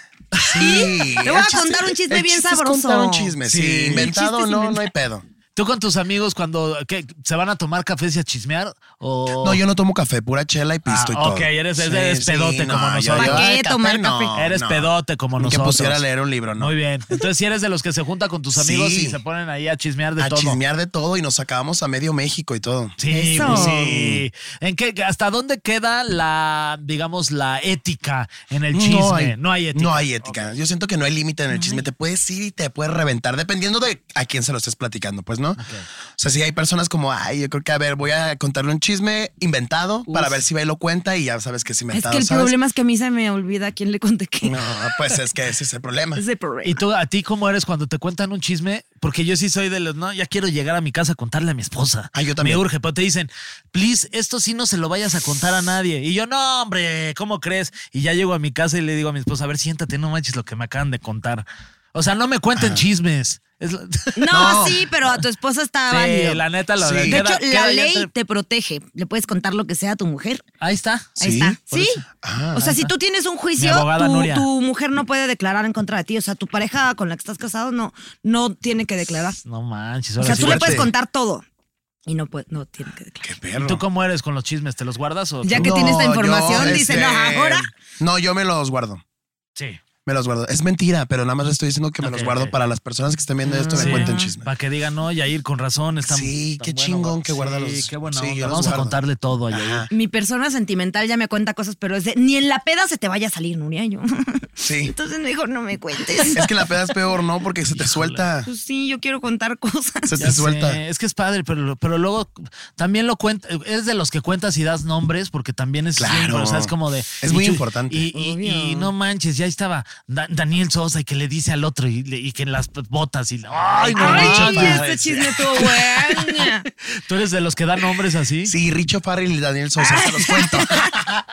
Speaker 3: Sí,
Speaker 4: [LAUGHS] Te voy a
Speaker 3: el chiste-
Speaker 4: contar un chisme
Speaker 3: el
Speaker 4: bien
Speaker 3: chiste es
Speaker 4: sabroso.
Speaker 3: contar un chisme, sí.
Speaker 2: Sí.
Speaker 4: El
Speaker 3: Inventado
Speaker 4: chiste es
Speaker 3: no, no hay pedo.
Speaker 2: ¿Tú con tus amigos cuando ¿qué? se van a tomar cafés y a chismear? O...
Speaker 3: No, yo no tomo café, pura chela y pisto y
Speaker 2: Ah,
Speaker 3: todo.
Speaker 2: ok, eres- eres pedote como
Speaker 3: yo-
Speaker 2: nosotros.
Speaker 3: yo-
Speaker 4: ¿Para qué
Speaker 3: ay,
Speaker 4: tomar café?
Speaker 2: Eres pedote como
Speaker 3: Ni
Speaker 2: nosotros.
Speaker 3: Que pusiera a leer un libro, ¿no?
Speaker 2: Muy bien. Entonces, si eres de los que se junta con tus amigos y
Speaker 3: Sí.
Speaker 2: se ponen ahí a chismear de
Speaker 3: a
Speaker 2: todo.
Speaker 3: chismear de todo y nos acabamos a medio México y todo. Eh,
Speaker 2: Sí,
Speaker 4: Eso.
Speaker 2: pues sí. ¿En qué, ¿Hasta dónde queda la, digamos, la ética en el chisme? No hay, ética.
Speaker 3: No hay ética. Yo siento que no hay límite en el chisme. Te puedes ir y te puedes reventar, dependiendo de a quién se lo estés platicando, pues, ¿no? O sea, si hay personas como, ay, yo creo que, a ver, voy a contarle un chisme inventado para ver si va y lo cuenta y ya sabes que es
Speaker 4: es
Speaker 3: inventado,
Speaker 4: que el
Speaker 3: ¿sabes?
Speaker 4: problema es que a mí se me olvida quién le conté qué. [LAUGHS]
Speaker 3: No, pues es que ese es el problema.
Speaker 4: Es el problema.
Speaker 2: ¿Y tú, a ti cómo eres cuando te cuentan un chisme? Porque yo sí soy de los, no, ya quiero llegar a mi casa a contarle a mi esposa.
Speaker 3: Ah, yo también.
Speaker 2: Me urge, pero te dicen, please, esto sí no se lo vayas a contar a nadie. Y yo, no, hombre, ¿cómo crees? Y ya llego a mi casa y le digo a mi esposa, a ver, siéntate, no manches lo que me acaban de contar. O sea, no me
Speaker 3: Ah.
Speaker 2: cuenten chismes. Es la-
Speaker 3: [LAUGHS]
Speaker 4: No, sí, pero a tu esposa está
Speaker 2: Sí,
Speaker 4: válido.
Speaker 2: la neta, lo
Speaker 3: Sí.
Speaker 4: De
Speaker 2: queda-
Speaker 4: hecho,
Speaker 2: queda
Speaker 4: la
Speaker 2: ya
Speaker 4: ley
Speaker 2: entre-
Speaker 4: te protege. Le puedes contar lo que sea a tu mujer.
Speaker 2: Ahí está.
Speaker 4: Ahí
Speaker 3: Sí, Ah,
Speaker 4: está.
Speaker 2: por
Speaker 4: Sí.
Speaker 2: eso.
Speaker 4: o sea, si tú tienes un juicio,
Speaker 2: Mi abogada
Speaker 4: tu,
Speaker 2: Nuria.
Speaker 4: tu mujer no puede declarar en contra de ti. O sea, tu pareja con la que estás casado no, no tiene que declarar.
Speaker 2: No manches.
Speaker 4: O
Speaker 2: ahora
Speaker 4: sea,
Speaker 2: sí.
Speaker 4: tú le
Speaker 3: fuerte.
Speaker 4: puedes contar todo y no, puede, no tiene que
Speaker 3: Qué
Speaker 4: declarar.
Speaker 3: perro.
Speaker 2: ¿Tú cómo eres con los chismes? ¿Te los guardas o
Speaker 4: Ya
Speaker 2: tú-
Speaker 4: que tiene esta
Speaker 3: yo, este,
Speaker 4: información, dice, "No, ahora".
Speaker 3: No, yo me los guardo.
Speaker 2: Sí.
Speaker 3: Me los guardo. Es mentira, pero nada más le estoy diciendo que me los
Speaker 2: Ok,
Speaker 3: guardo
Speaker 2: ok.
Speaker 3: para las personas que estén viendo esto
Speaker 2: Sí. Ah,
Speaker 3: me cuenten chisme.
Speaker 2: Para que digan, no, Yair, con razón. Está,
Speaker 3: Sí,
Speaker 2: está
Speaker 3: qué
Speaker 2: bueno,
Speaker 3: chingón
Speaker 2: guapo".
Speaker 3: que guarda
Speaker 2: Sí,
Speaker 3: los-
Speaker 2: qué buena
Speaker 3: sí, yo
Speaker 2: onda.
Speaker 3: los
Speaker 2: Vamos a
Speaker 3: guardo.
Speaker 2: contarle todo a Yair.
Speaker 4: Mi persona sentimental ya me cuenta cosas, pero es de ni en la peda se te vaya a salir, Nuria. Yo.
Speaker 3: Sí.
Speaker 4: Entonces mejor no me cuentes.
Speaker 3: Es que la peda es peor, ¿no? Porque se te suelta.
Speaker 4: Pues sí, yo quiero contar cosas.
Speaker 3: Se
Speaker 2: Ya
Speaker 3: te
Speaker 2: sé,
Speaker 3: suelta.
Speaker 2: Es que es padre, pero, pero luego también lo cuenta, es de los que cuentas y das nombres, porque también es
Speaker 3: Claro.
Speaker 2: siempre, o sea, es como de.
Speaker 3: Es
Speaker 2: y
Speaker 3: muy
Speaker 2: chu-
Speaker 3: importante.
Speaker 2: Y, y- y
Speaker 4: Obvio.
Speaker 2: no manches, ya estaba Da- Daniel Sosa y que le dice al otro y, le- y que en las botas y. ¡Ay, no
Speaker 4: Ay,
Speaker 2: manches!
Speaker 4: este chisme tuvo buena.
Speaker 2: ¿Tú eres de los que dan nombres así?
Speaker 3: Sí, Richo Farrell y Daniel Sosa, se los
Speaker 2: [LAUGHS]
Speaker 3: cuento.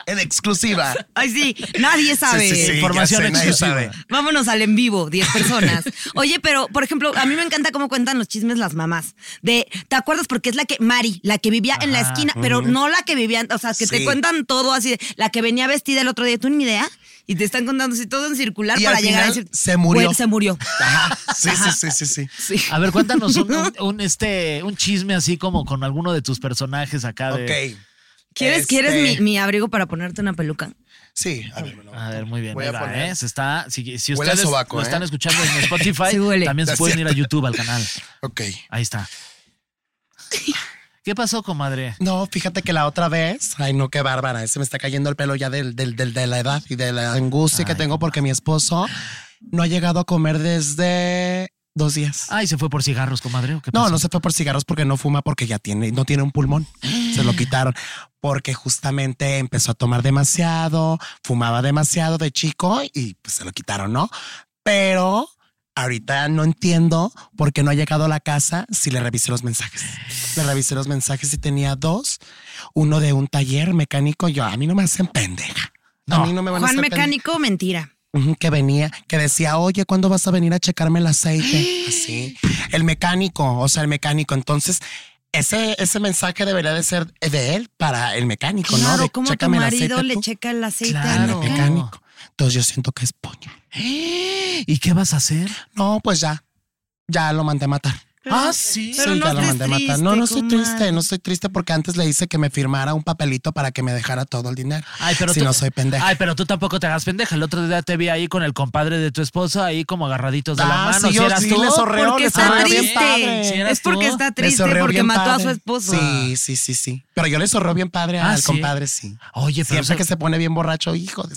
Speaker 3: en exclusiva.
Speaker 4: Ay, sí, nadie sabe.
Speaker 3: Sí, sí, sí,
Speaker 2: Información
Speaker 3: ya sé, nadie
Speaker 2: exclusiva.
Speaker 3: sabe.
Speaker 4: Vámonos al en vivo, 10
Speaker 3: [LAUGHS]
Speaker 4: personas. Oye, pero, por ejemplo, a mí me encanta cómo cuentan los chismes las mamás. De, ¿te acuerdas? Porque es la que, Mari, la que vivía en la
Speaker 2: Ajá.
Speaker 4: esquina, pero no la que vivía, o sea, que te
Speaker 3: Sí.
Speaker 4: cuentan todo así, de, la que venía vestida el otro día, ¿tú ni idea? Y te están contando así todo en circular
Speaker 3: Y
Speaker 4: para
Speaker 3: al
Speaker 4: llegar a
Speaker 3: final,
Speaker 4: decir.
Speaker 3: se murió.
Speaker 4: "Güey, Se murió.
Speaker 3: Ajá. Sí, sí, sí,
Speaker 2: [LAUGHS]
Speaker 3: sí, sí.
Speaker 4: Sí.
Speaker 2: A ver, cuéntanos un, un- un, este, un chisme así como con alguno de tus personajes acá. De,
Speaker 3: Ok.
Speaker 4: ¿Quieres,
Speaker 3: Este,
Speaker 4: ¿quieres mi, mi abrigo para ponerte una peluca?
Speaker 3: Sí, a ver. me lo-
Speaker 2: A ver, muy bien.
Speaker 3: Voy a
Speaker 2: Mira,
Speaker 3: poner-
Speaker 2: ¿eh? Se está, si, si
Speaker 3: Huele a
Speaker 2: ustedes
Speaker 3: sobaco,
Speaker 2: lo
Speaker 3: ¿eh?
Speaker 2: están escuchando en
Speaker 3: [LAUGHS]
Speaker 2: Spotify,
Speaker 4: Sí huele.
Speaker 2: también se
Speaker 3: Es
Speaker 2: pueden ir
Speaker 3: cierto.
Speaker 2: a YouTube al canal.
Speaker 3: Ok.
Speaker 2: Ahí está. ¿Qué pasó, comadre?
Speaker 3: No, fíjate que la otra vez, ay no, qué bárbara, se me está cayendo el pelo ya del, del, del- de la edad y de la angustia que
Speaker 2: Ay,
Speaker 3: tengo porque mi esposo no ha llegado a comer desde dos días.
Speaker 2: Ay, se fue por cigarros, comadre. ¿o qué
Speaker 3: No,
Speaker 2: pasó?
Speaker 3: no se fue por cigarros porque no fuma porque ya tiene, no tiene un pulmón. Se lo quitaron porque justamente empezó a tomar demasiado, fumaba demasiado de chico y pues se lo quitaron, ¿no? Pero ahorita no entiendo por qué no ha llegado a la casa si le revisé los mensajes. Le revisé los mensajes y tenía dos, uno de un taller mecánico. Yo, a mí no me hacen pendeja.
Speaker 2: No.
Speaker 3: A mí no me van a
Speaker 4: Juan
Speaker 3: hacer pendeja.
Speaker 4: Mecánico, mentira.
Speaker 3: Ujú, que venía, que decía, oye, ¿cuándo vas a venir a checarme el
Speaker 4: [GASPS]
Speaker 3: aceite? Así. El mecánico, o sea, el mecánico. Entonces, ese, ese mensaje debería de ser de él para el mecánico, ¿no?
Speaker 4: Claro,
Speaker 3: De,
Speaker 4: ¿cómo tu
Speaker 3: "Chécame el
Speaker 4: marido
Speaker 3: aceite
Speaker 4: le
Speaker 3: tú".
Speaker 4: checa el aceite al
Speaker 2: Claro.
Speaker 3: Al
Speaker 4: mecánico?
Speaker 3: mecánico. Entonces yo siento que es poña.
Speaker 2: [GASPS] ¿Y qué vas a hacer?
Speaker 3: No, pues ya, ya lo mandé a matar.
Speaker 2: Ah, sí.
Speaker 4: Pero no
Speaker 3: ya lo
Speaker 4: estés
Speaker 3: mandé a matar. No,
Speaker 4: triste,
Speaker 3: no estoy
Speaker 4: comadre.
Speaker 3: triste, no estoy triste porque antes le hice que me firmara un papelito para que me dejara todo el dinero.
Speaker 2: Ay, pero
Speaker 3: si
Speaker 2: tú,
Speaker 3: no soy pendeja.
Speaker 2: Ay, pero tú tampoco te hagas pendeja. El otro día te vi ahí con el compadre de tu esposa, ahí como agarraditos pues de la
Speaker 3: Ah,
Speaker 2: mano.
Speaker 3: sí,
Speaker 2: ¿Sí
Speaker 3: yo
Speaker 2: eras
Speaker 3: sí
Speaker 2: tú?
Speaker 3: le zorreo,
Speaker 4: Porque
Speaker 3: le
Speaker 4: está
Speaker 3: zorreo bien
Speaker 4: triste.
Speaker 3: padre.
Speaker 2: Sí, eras
Speaker 4: es porque
Speaker 2: tú.
Speaker 4: está
Speaker 3: Le
Speaker 4: triste
Speaker 3: zorreó
Speaker 4: porque
Speaker 3: bien
Speaker 4: mató a
Speaker 3: padre.
Speaker 4: su esposo.
Speaker 3: Sí, sí, sí, sí. Pero yo le zorró bien padre
Speaker 2: Ah,
Speaker 3: al
Speaker 2: ¿sí?
Speaker 3: compadre, sí.
Speaker 2: Oye, pero
Speaker 3: Siempre
Speaker 2: eso-
Speaker 3: que se pone bien borracho, hijo de...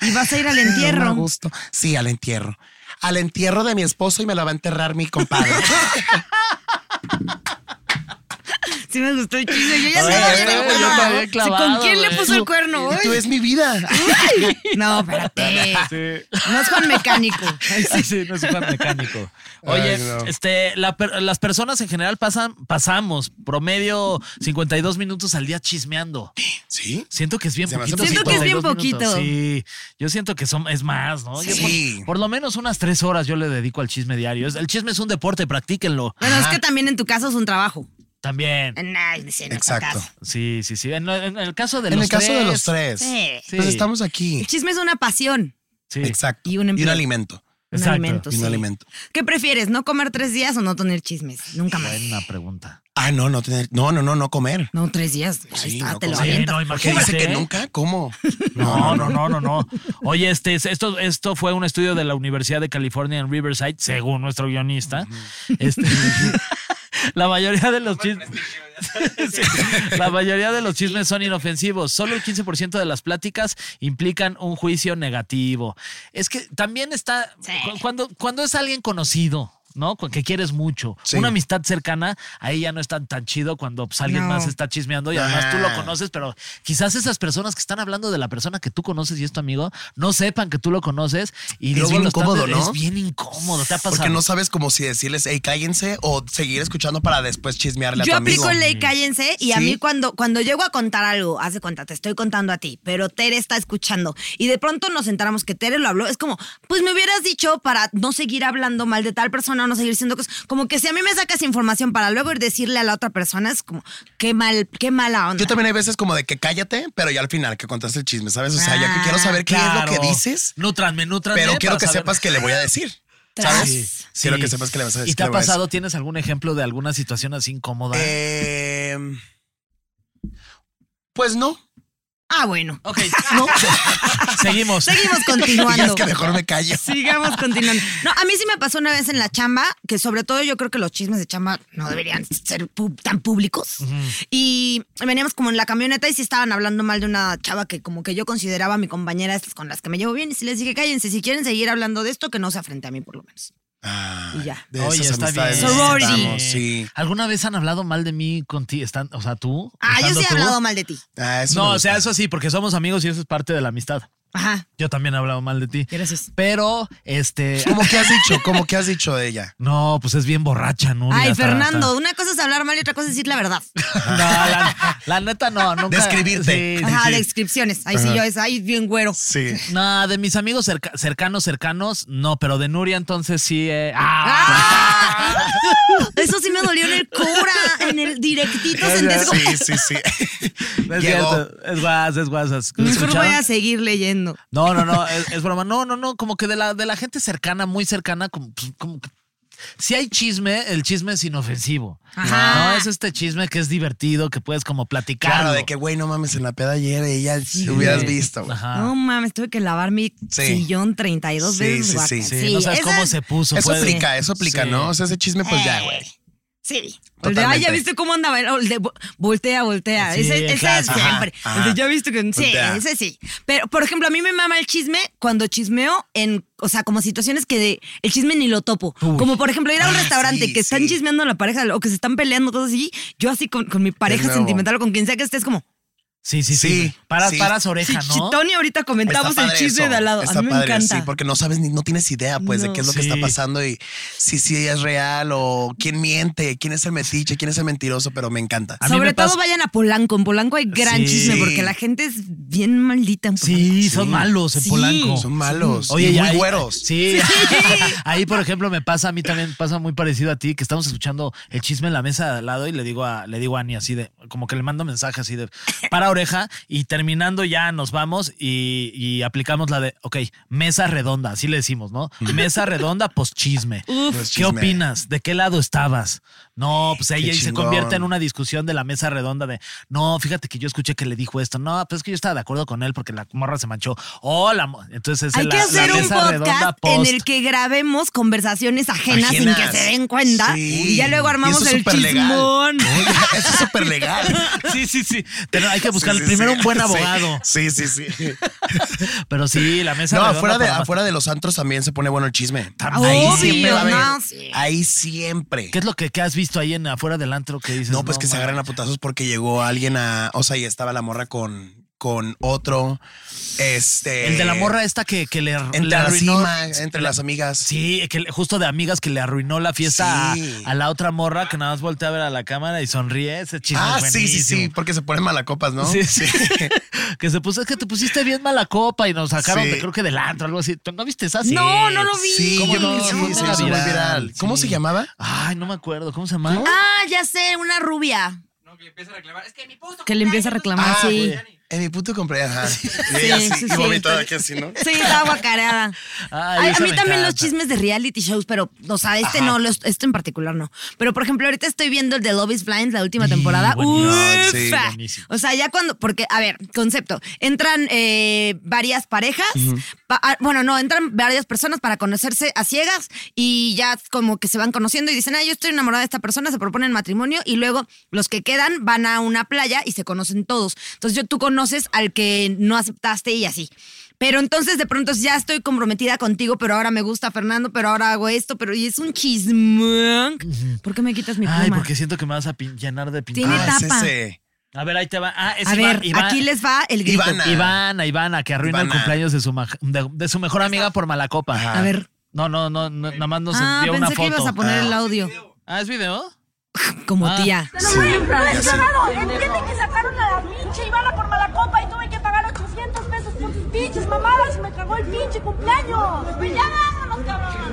Speaker 4: Y vas a ir al
Speaker 3: No me
Speaker 4: entierro.
Speaker 3: gusto. Sí, al entierro. Al entierro de mi esposo y me lo va a enterrar mi
Speaker 4: [LAUGHS]
Speaker 3: compadre.
Speaker 4: Sí me gustó el chiste. Yo ya
Speaker 2: Oye,
Speaker 4: estaba
Speaker 2: oye,
Speaker 4: bien
Speaker 2: yo
Speaker 4: clavada.
Speaker 2: también
Speaker 4: Sí, ¿Con
Speaker 2: clavado,
Speaker 4: quién le
Speaker 2: güey.
Speaker 4: puso el cuerno hoy?
Speaker 3: Tú es mi vida.
Speaker 4: [LAUGHS] No, espérate. No es Juan Mecánico.
Speaker 2: [LAUGHS] Sí, sí, no es un mecánico. Oye,
Speaker 3: [LAUGHS] Ay, no.
Speaker 2: este, la per- las personas en general pasan, pasamos promedio 52 minutos al día chismeando.
Speaker 3: ¿Sí?
Speaker 2: Siento que es bien
Speaker 3: Se me hace
Speaker 2: poquito.
Speaker 3: Siento que es
Speaker 4: bien
Speaker 2: 52 minutos.
Speaker 4: poquito.
Speaker 2: Sí, yo siento que son, es más, ¿no? Yo
Speaker 3: Sí.
Speaker 4: pues,
Speaker 2: por, por lo menos unas tres horas yo le dedico al chisme diario. Es- El chisme es un deporte, practíquenlo.
Speaker 4: Bueno, es que también en tu caso es un trabajo.
Speaker 2: También.
Speaker 4: Ay, sí, no es
Speaker 3: Exacto.
Speaker 4: caso.
Speaker 2: Sí, sí, sí. En, en el caso de
Speaker 3: En
Speaker 2: los
Speaker 3: el caso de
Speaker 2: tres,
Speaker 3: los tres.
Speaker 4: Sí.
Speaker 2: Sí.
Speaker 3: Pues estamos aquí.
Speaker 4: El chisme es una pasión.
Speaker 2: Sí,
Speaker 3: Exacto.
Speaker 4: Y un empleo.
Speaker 3: alimento.
Speaker 4: Un
Speaker 2: Exacto.
Speaker 4: alimento,
Speaker 3: Y un
Speaker 4: sí.
Speaker 3: alimento.
Speaker 4: ¿Qué prefieres? ¿No comer tres días o no tener chismes? Nunca más.
Speaker 2: Buena pregunta.
Speaker 3: Ah, no, no tener. No, no, no, no comer.
Speaker 4: No, tres días. Ahí
Speaker 3: Sí,
Speaker 4: está,
Speaker 3: no,
Speaker 4: te lo
Speaker 3: como- Sí,
Speaker 4: aviento.
Speaker 2: no,
Speaker 3: ¿Qué
Speaker 2: imagínate. ¿eh?
Speaker 3: dice que nunca? ¿Cómo? [LAUGHS]
Speaker 2: No, no, no, no, no. Oye, este, esto, esto fue un estudio de la Universidad de California en Riverside, según nuestro guionista. Este, [LAUGHS] la mayoría de los chismes. [LAUGHS] Sí, la mayoría de los chismes son inofensivos. Solo el 15% de las pláticas implican un juicio negativo. Es que también está.
Speaker 4: Sí.
Speaker 2: cu- Cuando, cuando es alguien conocido. ¿No? Con Que quieres mucho.
Speaker 3: Sí.
Speaker 2: Una amistad cercana, ahí ya no es tan, tan chido cuando pues, alguien
Speaker 4: No.
Speaker 2: más está chismeando y además tú lo
Speaker 3: Ah.
Speaker 2: conoces, pero quizás esas personas que están hablando de la persona que tú conoces y es tu amigo no sepan que tú lo conoces y
Speaker 3: Es
Speaker 2: luego
Speaker 3: bien
Speaker 2: lo están-
Speaker 3: incómodo, ¿no?
Speaker 2: Es bien incómodo, te ha pasado.
Speaker 3: Porque no sabes como si decirles, hey, cállense o seguir escuchando para después chismearle a
Speaker 4: Yo
Speaker 3: tu amigo.
Speaker 4: aplico el ley cállense y a
Speaker 3: Sí.
Speaker 4: mí cuando, cuando llego a contar algo, hace cuenta, te estoy contando a ti, pero Tere está escuchando y de pronto nos enteramos que Tere lo habló, es como, pues me hubieras dicho para no seguir hablando mal de tal persona o no seguir siendo cosas, como que si a mí me sacas información para luego ir decirle a la otra persona, es como, qué mal, qué mala onda.
Speaker 3: Yo también hay veces como de que cállate, pero ya al final que contaste el chisme, ¿sabes? O sea, ya
Speaker 4: Ah,
Speaker 3: que quiero saber qué es lo
Speaker 2: Claro.
Speaker 3: que dices,
Speaker 2: Nútranme, nútranme.
Speaker 3: pero quiero
Speaker 2: para
Speaker 3: que
Speaker 2: saber. Ah,
Speaker 3: sepas que le voy a decir.
Speaker 4: Tras.
Speaker 3: ¿Sabes?
Speaker 2: Sí,
Speaker 3: Quiero
Speaker 2: sí.
Speaker 3: que sepas que le vas a decir.
Speaker 2: ¿Y te ha
Speaker 3: que le voy a decir.
Speaker 2: pasado? ¿Tienes algún ejemplo de alguna situación así incómoda?
Speaker 3: Eh, pues no.
Speaker 4: Ah, bueno.
Speaker 2: ok,
Speaker 3: [LAUGHS] No.
Speaker 2: [LAUGHS] seguimos.
Speaker 4: Seguimos [LAUGHS]
Speaker 3: Ya es
Speaker 4: continuando.
Speaker 3: que mejor me callo.
Speaker 4: Sigamos continuando. No, a mí sí me pasó una vez en la chamba, que sobre todo yo creo que los chismes de chamba no deberían ser pu- tan públicos. Y veníamos como en la camioneta y sí estaban hablando mal de una chava que como que yo consideraba mi compañera, estas con las que me llevo bien, y sí les dije, cállense, si quieren seguir hablando de esto, que no sea frente a mí por lo menos.
Speaker 3: Ah,
Speaker 4: Y ya.
Speaker 3: De
Speaker 2: Oye,
Speaker 3: esas
Speaker 2: está
Speaker 3: amistades
Speaker 2: bien.
Speaker 4: Sorority.
Speaker 3: necesitamos, Sí.
Speaker 2: ¿Alguna vez han hablado mal de mí contigo? O sea, tú.
Speaker 4: Ah, yo
Speaker 2: estando
Speaker 4: sí he
Speaker 2: tú?
Speaker 4: hablado mal de ti.
Speaker 3: Ah, eso
Speaker 2: No,
Speaker 3: me
Speaker 2: o sea,
Speaker 3: gusta.
Speaker 2: eso sí, porque somos amigos y eso es parte de la amistad.
Speaker 4: Ajá.
Speaker 2: Yo también he hablado mal de ti.
Speaker 4: Gracias.
Speaker 2: Pero, este.
Speaker 3: ¿Cómo que has
Speaker 4: [LAUGHS]
Speaker 3: dicho? ¿Cómo que has dicho de ella?
Speaker 2: No, pues es bien borracha, ¿no?
Speaker 4: Ay,
Speaker 2: Digas, ta, ta.
Speaker 4: Fernando, una cosa es hablar mal y otra cosa es decir la verdad.
Speaker 2: [LAUGHS] No, la, la neta no, nunca.
Speaker 3: Describirte.
Speaker 2: Sí, sí,
Speaker 4: Ajá,
Speaker 2: sí.
Speaker 4: descripciones. Ahí sí yo es, ay, bien güero. [LAUGHS]
Speaker 3: Sí.
Speaker 2: No, de mis amigos cerca- cercanos, cercanos, no, pero de Nuria entonces sí.
Speaker 4: [LAUGHS]
Speaker 2: eh, ¡ah!
Speaker 4: ¡Ah! Eso sí me dolió en el cura, en el directito. senté así como-
Speaker 3: Sí, sí, sí.
Speaker 2: [LAUGHS] No es
Speaker 3: Llegó.
Speaker 2: cierto, es guas, es guas. ¿es-
Speaker 4: "Mm, Mejor voy
Speaker 2: escucharon?
Speaker 4: a seguir leyendo.
Speaker 2: No, no, no, es, es broma. No, no, no, como que de la, de la gente cercana, muy cercana, como, pues, como que- Si hay chisme, el chisme es inofensivo. No,
Speaker 4: Ajá.
Speaker 2: es este chisme que es divertido, que puedes como platicar.
Speaker 3: Claro, de que, güey, no mames, en la peda ayer ella sí, hubieras visto, güey.
Speaker 2: Ajá.
Speaker 4: No mames, tuve que lavar mi
Speaker 3: Sí.
Speaker 4: sillón 32
Speaker 3: Sí,
Speaker 4: veces.
Speaker 3: sí,
Speaker 4: guaca.
Speaker 3: sí.
Speaker 2: Ah. Sí, no sabes
Speaker 4: esa-
Speaker 2: cómo se puso.
Speaker 3: Eso
Speaker 2: fue de-
Speaker 3: aplica, eso aplica,
Speaker 2: Sí.
Speaker 3: ¿no? O sea, ese chisme, pues
Speaker 4: Eh,
Speaker 3: ya, güey.
Speaker 4: Sí. El de,
Speaker 3: Totalmente.
Speaker 4: ay, ya viste cómo andaba. O el de vo- voltea, voltea.
Speaker 2: Sí,
Speaker 4: ese
Speaker 2: el
Speaker 4: ese
Speaker 2: clásico.
Speaker 4: es siempre.
Speaker 3: Ajá,
Speaker 4: El de,
Speaker 3: ajá.
Speaker 4: ya viste que. Sí,
Speaker 3: Voltea.
Speaker 4: ese sí. Pero, por ejemplo, a mí me mama el chisme cuando chismeo en. O sea, como situaciones que de- el chisme ni lo topo. Como, por ejemplo, ir a un
Speaker 3: Ah,
Speaker 4: restaurante
Speaker 3: sí,
Speaker 4: que están
Speaker 3: sí.
Speaker 4: chismeando a la pareja o que se están peleando, cosas así. Yo, así con, con mi pareja
Speaker 3: nuevo. ¿Ah,
Speaker 4: sentimental o con quien sea que esté, es como.
Speaker 2: Sí, sí, sí.
Speaker 3: Sí,
Speaker 2: paras,
Speaker 3: sí.
Speaker 2: paras oreja,
Speaker 4: si,
Speaker 2: ¿no?
Speaker 4: si Tony ahorita comentamos
Speaker 3: Está
Speaker 4: el
Speaker 3: padre
Speaker 4: chisme
Speaker 3: eso,
Speaker 4: de al lado.
Speaker 3: Está
Speaker 4: a mí me
Speaker 3: padre,
Speaker 4: encanta.
Speaker 3: sí, porque no sabes ni, no tienes idea, pues, de qué es lo que
Speaker 2: Sí.
Speaker 3: está pasando y si sí es real o quién miente, quién es el metiche, quién es el mentiroso, pero me encanta.
Speaker 2: A mí
Speaker 4: Sobre
Speaker 2: me
Speaker 4: todo
Speaker 2: pasa-
Speaker 4: vayan a Polanco. En Polanco hay gran
Speaker 2: Sí.
Speaker 4: chisme porque la gente es bien maldita en Polanco.
Speaker 2: Sí, son malos en
Speaker 4: Sí.
Speaker 2: Polanco.
Speaker 3: Son malos.
Speaker 2: Oye,
Speaker 3: y
Speaker 2: y
Speaker 3: muy
Speaker 2: ahí-
Speaker 3: güeros.
Speaker 2: Sí. [LAUGHS] ahí, por ejemplo, me pasa, a mí también pasa muy parecido a ti, que estamos escuchando el chisme en la mesa de al lado y le digo a, le digo a Ani así de, como que le mando mensaje así de, para oreja y terminando ya nos vamos y, y aplicamos la de, ok, mesa redonda, así le decimos, ¿no? Mesa redonda, pues chisme.
Speaker 3: Pues
Speaker 2: ¿Qué
Speaker 3: chisme.
Speaker 2: opinas? ¿De qué lado estabas? No, pues ahí,
Speaker 3: Qué
Speaker 2: ahí se
Speaker 3: chingón.
Speaker 2: convierte en una discusión de la mesa redonda de, no, fíjate que yo escuché que le dijo esto. No, pues es que yo estaba de acuerdo con él porque la morra se manchó. Oh, la mo- Entonces,
Speaker 4: Hay
Speaker 2: la,
Speaker 4: que
Speaker 2: la
Speaker 4: hacer un
Speaker 2: mesa redonda
Speaker 4: podcast en
Speaker 2: post.
Speaker 4: el que grabemos conversaciones ajenas, sin
Speaker 3: Ajenas.
Speaker 4: que se den cuenta.
Speaker 3: Sí.
Speaker 4: Y ya luego
Speaker 3: Y
Speaker 4: armamos
Speaker 3: eso es
Speaker 4: el
Speaker 3: superlegal.
Speaker 4: chismón.
Speaker 3: Oye, [LAUGHS] eso es súper legal.
Speaker 2: [LAUGHS] Sí, sí, sí. Pero hay que buscar
Speaker 3: Sí, sí,
Speaker 2: primero
Speaker 3: sí.
Speaker 2: un buen
Speaker 3: [LAUGHS] Sí.
Speaker 2: abogado. [LAUGHS]
Speaker 3: Sí, sí, sí.
Speaker 2: Pero sí, la mesa
Speaker 3: No,
Speaker 2: redonda.
Speaker 3: afuera de,
Speaker 2: para más.
Speaker 3: afuera de los antros también se pone bueno el chisme.
Speaker 4: Obvio,
Speaker 3: ahí siempre va a haber.
Speaker 4: no, sí.
Speaker 3: Ahí siempre.
Speaker 2: ¿Qué es lo que, que has visto ahí en afuera del antro que dices?
Speaker 3: No, pues que se
Speaker 2: man?
Speaker 3: agarran a putazos porque llegó alguien a. O sea, y estaba la morra con, con otro. Este.
Speaker 2: El de la morra esta que, que le,
Speaker 3: Entre
Speaker 2: le
Speaker 3: la
Speaker 2: arruinó-
Speaker 3: cima, entre las amigas.
Speaker 2: Sí, que, le- justo de amigas que le arruinó la fiesta
Speaker 3: Sí.
Speaker 2: a, a la otra morra que nada más voltea a ver a la cámara y sonríe. Ese chisme
Speaker 3: Ah,
Speaker 2: es
Speaker 3: sí, sí, sí,
Speaker 2: buenísimo.
Speaker 3: porque se ponen malacopas, ¿no?
Speaker 2: [LAUGHS] Sí, sí. que se puso, es que te pusiste bien mala copa y nos sacaron,
Speaker 3: Sí.
Speaker 2: de- creo que del antro, algo así. ¿Tú no viste esa?
Speaker 4: No, no lo vi.
Speaker 3: Sí,
Speaker 4: ¿Cómo
Speaker 3: yo
Speaker 4: no?
Speaker 3: vi,
Speaker 4: Se
Speaker 3: sí,
Speaker 4: fue
Speaker 3: se
Speaker 4: mega
Speaker 3: hizo muy
Speaker 4: viral.
Speaker 3: viral. ¿Cómo
Speaker 2: Sí.
Speaker 3: se llamaba?
Speaker 2: Ay, no me acuerdo. ¿Cómo se llama?
Speaker 4: Ah, ya sé, una rubia. que le empieza a reclamar.
Speaker 3: Ah,
Speaker 4: sí.
Speaker 3: güey. En mi puto compré, ajá. Sí,
Speaker 4: sí, sí.
Speaker 3: y vomitado aquí así, ¿no?
Speaker 4: Sí, estaba guacareada.
Speaker 2: [LAUGHS] Ay,
Speaker 4: Ay, a
Speaker 2: esa
Speaker 4: mí
Speaker 2: me
Speaker 4: también los
Speaker 2: encanta.
Speaker 4: chismes de reality shows, pero, o sea, este no, los, este en particular no. Pero, por ejemplo, ahorita estoy viendo el de Love is Blind, la última
Speaker 2: Y
Speaker 4: temporada.
Speaker 2: buenísimo.
Speaker 4: Ufa.
Speaker 3: Sí,
Speaker 2: buenísimo.
Speaker 4: O sea, ya cuando, porque, a ver, concepto, entran eh, varias parejas, pa- ah, bueno, no, entran varias personas para conocerse a ciegas y ya como que se van conociendo y dicen, ah, yo estoy enamorada de esta persona, se proponen matrimonio y luego los que quedan van a una playa y se conocen todos. Entonces yo, tú conoces al que no aceptaste y así. Pero entonces de pronto ya estoy comprometida contigo, pero ahora me gusta Fernando, pero ahora hago esto, pero y es un chismón. ¿Por qué me quitas mi pluma?
Speaker 2: Ay, porque siento que me vas a pin- llenar de
Speaker 4: Tiene
Speaker 2: pintura.
Speaker 3: Ah, es
Speaker 4: tapa.
Speaker 3: ese.
Speaker 2: A ver, ahí te va. Ah, es
Speaker 4: a
Speaker 2: Iván-
Speaker 4: ver,
Speaker 2: Iván-
Speaker 4: aquí les va el grito.
Speaker 3: Ivana.
Speaker 2: Ivana, Ivana, que arruina el
Speaker 3: Ivana.
Speaker 2: cumpleaños de su, maj- de, de su mejor amiga por mala copa.
Speaker 4: A ver.
Speaker 2: No, no, no, no, nada más nos
Speaker 4: Ah,
Speaker 2: envió
Speaker 4: pensé
Speaker 2: una
Speaker 4: que
Speaker 2: foto.
Speaker 4: ibas a poner el audio.
Speaker 2: Ah, ¿es video?
Speaker 4: Como
Speaker 2: Ah.
Speaker 4: tía.
Speaker 5: Entienden que sacaron a la pinche Ivana por mala copa y tuve que pagar 800 pesos por sus pinches mamadas y me cagó el pinche cumpleaños. Pues ya vámonos, cabrón.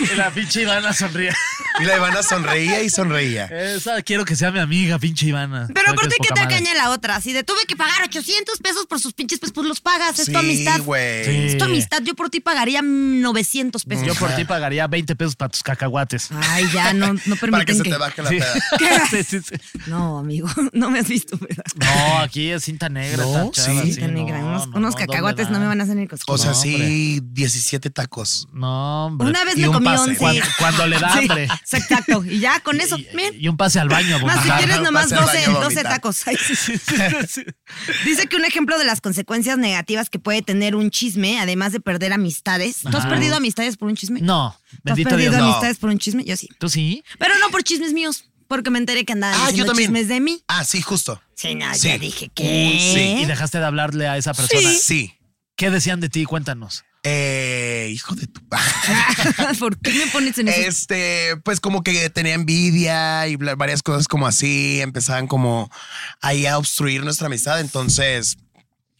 Speaker 2: Y la pinche Ivana
Speaker 4: [LAUGHS]
Speaker 2: sonríe.
Speaker 3: Y la Ivana sonreía y sonreía.
Speaker 2: Esa quiero que sea mi amiga, pinche Ivana.
Speaker 4: Pero
Speaker 2: Creo
Speaker 4: aparte,
Speaker 2: es
Speaker 4: ¿qué
Speaker 2: poca
Speaker 4: tal
Speaker 2: madre.
Speaker 4: caña la otra? Así de tuve que pagar 800 pesos por sus pinches, pues, pues los pagas. es tu
Speaker 3: Sí,
Speaker 4: amistad.
Speaker 3: güey.
Speaker 2: Sí.
Speaker 4: Es tu amistad. Yo por ti pagaría 900 pesos.
Speaker 2: Yo por ti pagaría 20 pesos para tus cacahuates.
Speaker 4: Ay, ya, [LAUGHS] no, no
Speaker 3: Para que
Speaker 4: permiten
Speaker 3: se
Speaker 4: que.
Speaker 3: te baje la
Speaker 2: Sí.
Speaker 3: peda.
Speaker 2: [LAUGHS] Sí, sí, sí.
Speaker 4: No, amigo, [LAUGHS] no me has visto, ¿verdad?
Speaker 2: No, aquí es cinta negra.
Speaker 3: No,
Speaker 2: esta chava,
Speaker 3: sí.
Speaker 4: Cinta negra.
Speaker 2: no,
Speaker 4: unos
Speaker 2: no,
Speaker 4: unos
Speaker 2: no,
Speaker 4: cacahuates
Speaker 2: ¿dónde
Speaker 4: no me
Speaker 2: va?
Speaker 4: van a hacer ni cosquillas.
Speaker 3: O sea,
Speaker 2: No,
Speaker 3: sí, 17 tacos.
Speaker 2: No, hombre.
Speaker 4: Una vez
Speaker 3: y
Speaker 4: me
Speaker 3: un
Speaker 4: comí
Speaker 3: pase.
Speaker 4: 11.
Speaker 2: Cuando, cuando le da
Speaker 4: Sí,
Speaker 2: hambre.
Speaker 4: exacto. Y ya con
Speaker 2: [LAUGHS]
Speaker 4: eso,
Speaker 2: Y-
Speaker 4: miren.
Speaker 2: Y, un pase al baño. a
Speaker 4: Más si
Speaker 2: vomitar.
Speaker 4: quieres
Speaker 3: no,
Speaker 4: nomás
Speaker 3: pase al
Speaker 4: 12,
Speaker 3: baño a
Speaker 4: 12
Speaker 3: vomitar.
Speaker 4: tacos. Ay, sí, sí, sí, sí. Dice que un ejemplo de las consecuencias negativas que puede tener un chisme, además de perder amistades. ¿Tú has
Speaker 2: Ajá.
Speaker 4: perdido amistades por un chisme?
Speaker 2: No,
Speaker 4: ¿Tú has
Speaker 2: bendito
Speaker 4: perdido
Speaker 2: Dios. no.
Speaker 4: amistades por un chisme? Yo sí.
Speaker 2: ¿Tú sí?
Speaker 4: Pero no por chismes míos, porque me enteré que andaban
Speaker 3: Ah, yo
Speaker 4: diciendo
Speaker 3: también.
Speaker 4: chismes de mí.
Speaker 3: Ah, sí, justo.
Speaker 4: Sí, no,
Speaker 3: Sí.
Speaker 4: yo dije que...
Speaker 2: Y dejaste de hablarle a esa persona.
Speaker 3: Sí.
Speaker 2: ¿Qué decían de ti? Cuéntanos.
Speaker 3: Eh, hijo de tu
Speaker 4: [LAUGHS] Ah, ¿Por qué me pones en eso?
Speaker 3: Este, pues como que tenía envidia y bla- varias cosas como así, empezaban como ahí a obstruir nuestra amistad, entonces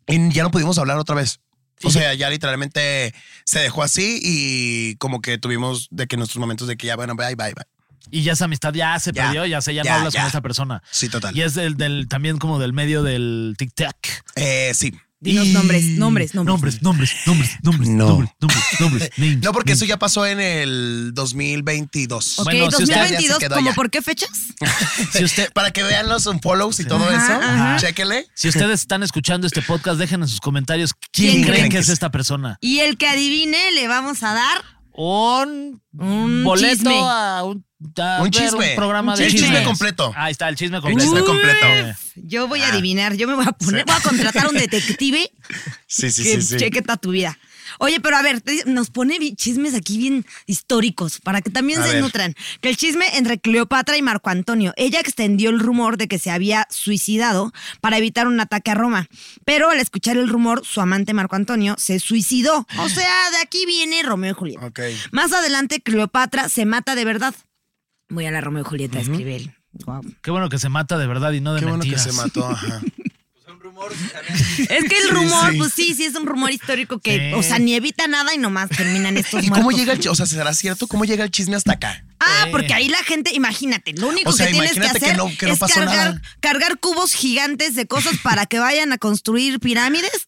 Speaker 3: y ya no pudimos hablar otra vez. O sea, ya literalmente se dejó así y como que tuvimos de que nuestros momentos de que ya, bueno, bye, bye, bye.
Speaker 2: Y ya esa amistad ya se
Speaker 3: Ya,
Speaker 2: perdió, ya sé, ya,
Speaker 3: ya,
Speaker 2: no hablas
Speaker 3: ya.
Speaker 2: con esa persona.
Speaker 3: Sí, total.
Speaker 2: Y es del, del- también como del medio del tic-tac.
Speaker 3: Eh, sí.
Speaker 4: Dinos
Speaker 2: Y-
Speaker 4: nombres, nombres, nombres.
Speaker 2: Nombres, nombres, nombres, nombres,
Speaker 3: No.
Speaker 2: nombres, nombres, nombres, names,
Speaker 3: [LAUGHS] No, porque eso
Speaker 2: names.
Speaker 3: ya pasó en el 2022.
Speaker 4: Ok,
Speaker 2: Bueno, si usted- ya se
Speaker 4: 2022,
Speaker 3: quedó
Speaker 4: ¿como
Speaker 3: ya.
Speaker 4: por qué fechas?
Speaker 2: Si, usted-
Speaker 3: Para que vean los unfollows y todo eso,
Speaker 4: ajá.
Speaker 3: chéquele.
Speaker 2: si ustedes están escuchando este podcast, dejen en sus comentarios quién, creen que es esta persona.
Speaker 4: Y el que adivine le vamos a dar...
Speaker 2: Un,
Speaker 4: Un
Speaker 2: boleto
Speaker 4: chisme.
Speaker 2: a un, a ver,
Speaker 3: Un chisme.
Speaker 2: un programa
Speaker 3: Un
Speaker 2: de
Speaker 3: chisme. El chisme
Speaker 2: chismes.
Speaker 3: completo.
Speaker 2: Ahí está, el chisme
Speaker 3: El
Speaker 2: completo.
Speaker 3: chisme completo. Ah.
Speaker 4: Yo voy a adivinar, yo me voy a poner, voy a
Speaker 3: [LAUGHS]
Speaker 4: contratar a un detective
Speaker 3: Sí, sí,
Speaker 4: que
Speaker 3: sí, sí.
Speaker 4: cheque toda tu vida. Oye, pero a ver, te- nos pone bi- chismes aquí bien históricos para que también
Speaker 3: A
Speaker 4: se
Speaker 3: ver.
Speaker 4: nutran. Que el chisme entre Cleopatra y Marco Antonio. Ella extendió el rumor de que se había suicidado para evitar un ataque a Roma. Pero al escuchar el rumor, su amante Marco Antonio se suicidó.
Speaker 3: [LAUGHS]
Speaker 4: O sea, de aquí viene Romeo y Julieta.
Speaker 3: Ok.
Speaker 4: Más adelante, Cleopatra se mata de verdad. Voy a la Romeo y Julieta a escribir. Guau.
Speaker 2: Qué bueno que se mata de verdad y no de
Speaker 3: Qué bueno que
Speaker 2: mentiras.
Speaker 3: se mató, ajá.
Speaker 4: Es que el rumor,
Speaker 3: sí.
Speaker 4: pues sí, sí es un rumor histórico que,
Speaker 2: Sí.
Speaker 4: o sea, ni evita nada y nomás terminan estos
Speaker 3: ¿Y cómo
Speaker 4: muertos.
Speaker 3: llega el chisme? O sea, ¿será cierto cómo llega el chisme hasta acá?
Speaker 4: Ah,
Speaker 2: Eh.
Speaker 4: porque ahí la gente, imagínate, lo único
Speaker 3: O sea,
Speaker 4: que tienes que
Speaker 3: imagínate que
Speaker 4: hacer
Speaker 3: no- que no
Speaker 4: es
Speaker 3: pasó
Speaker 4: cargar,
Speaker 3: nada.
Speaker 4: cargar cubos gigantes de cosas para que vayan a construir pirámides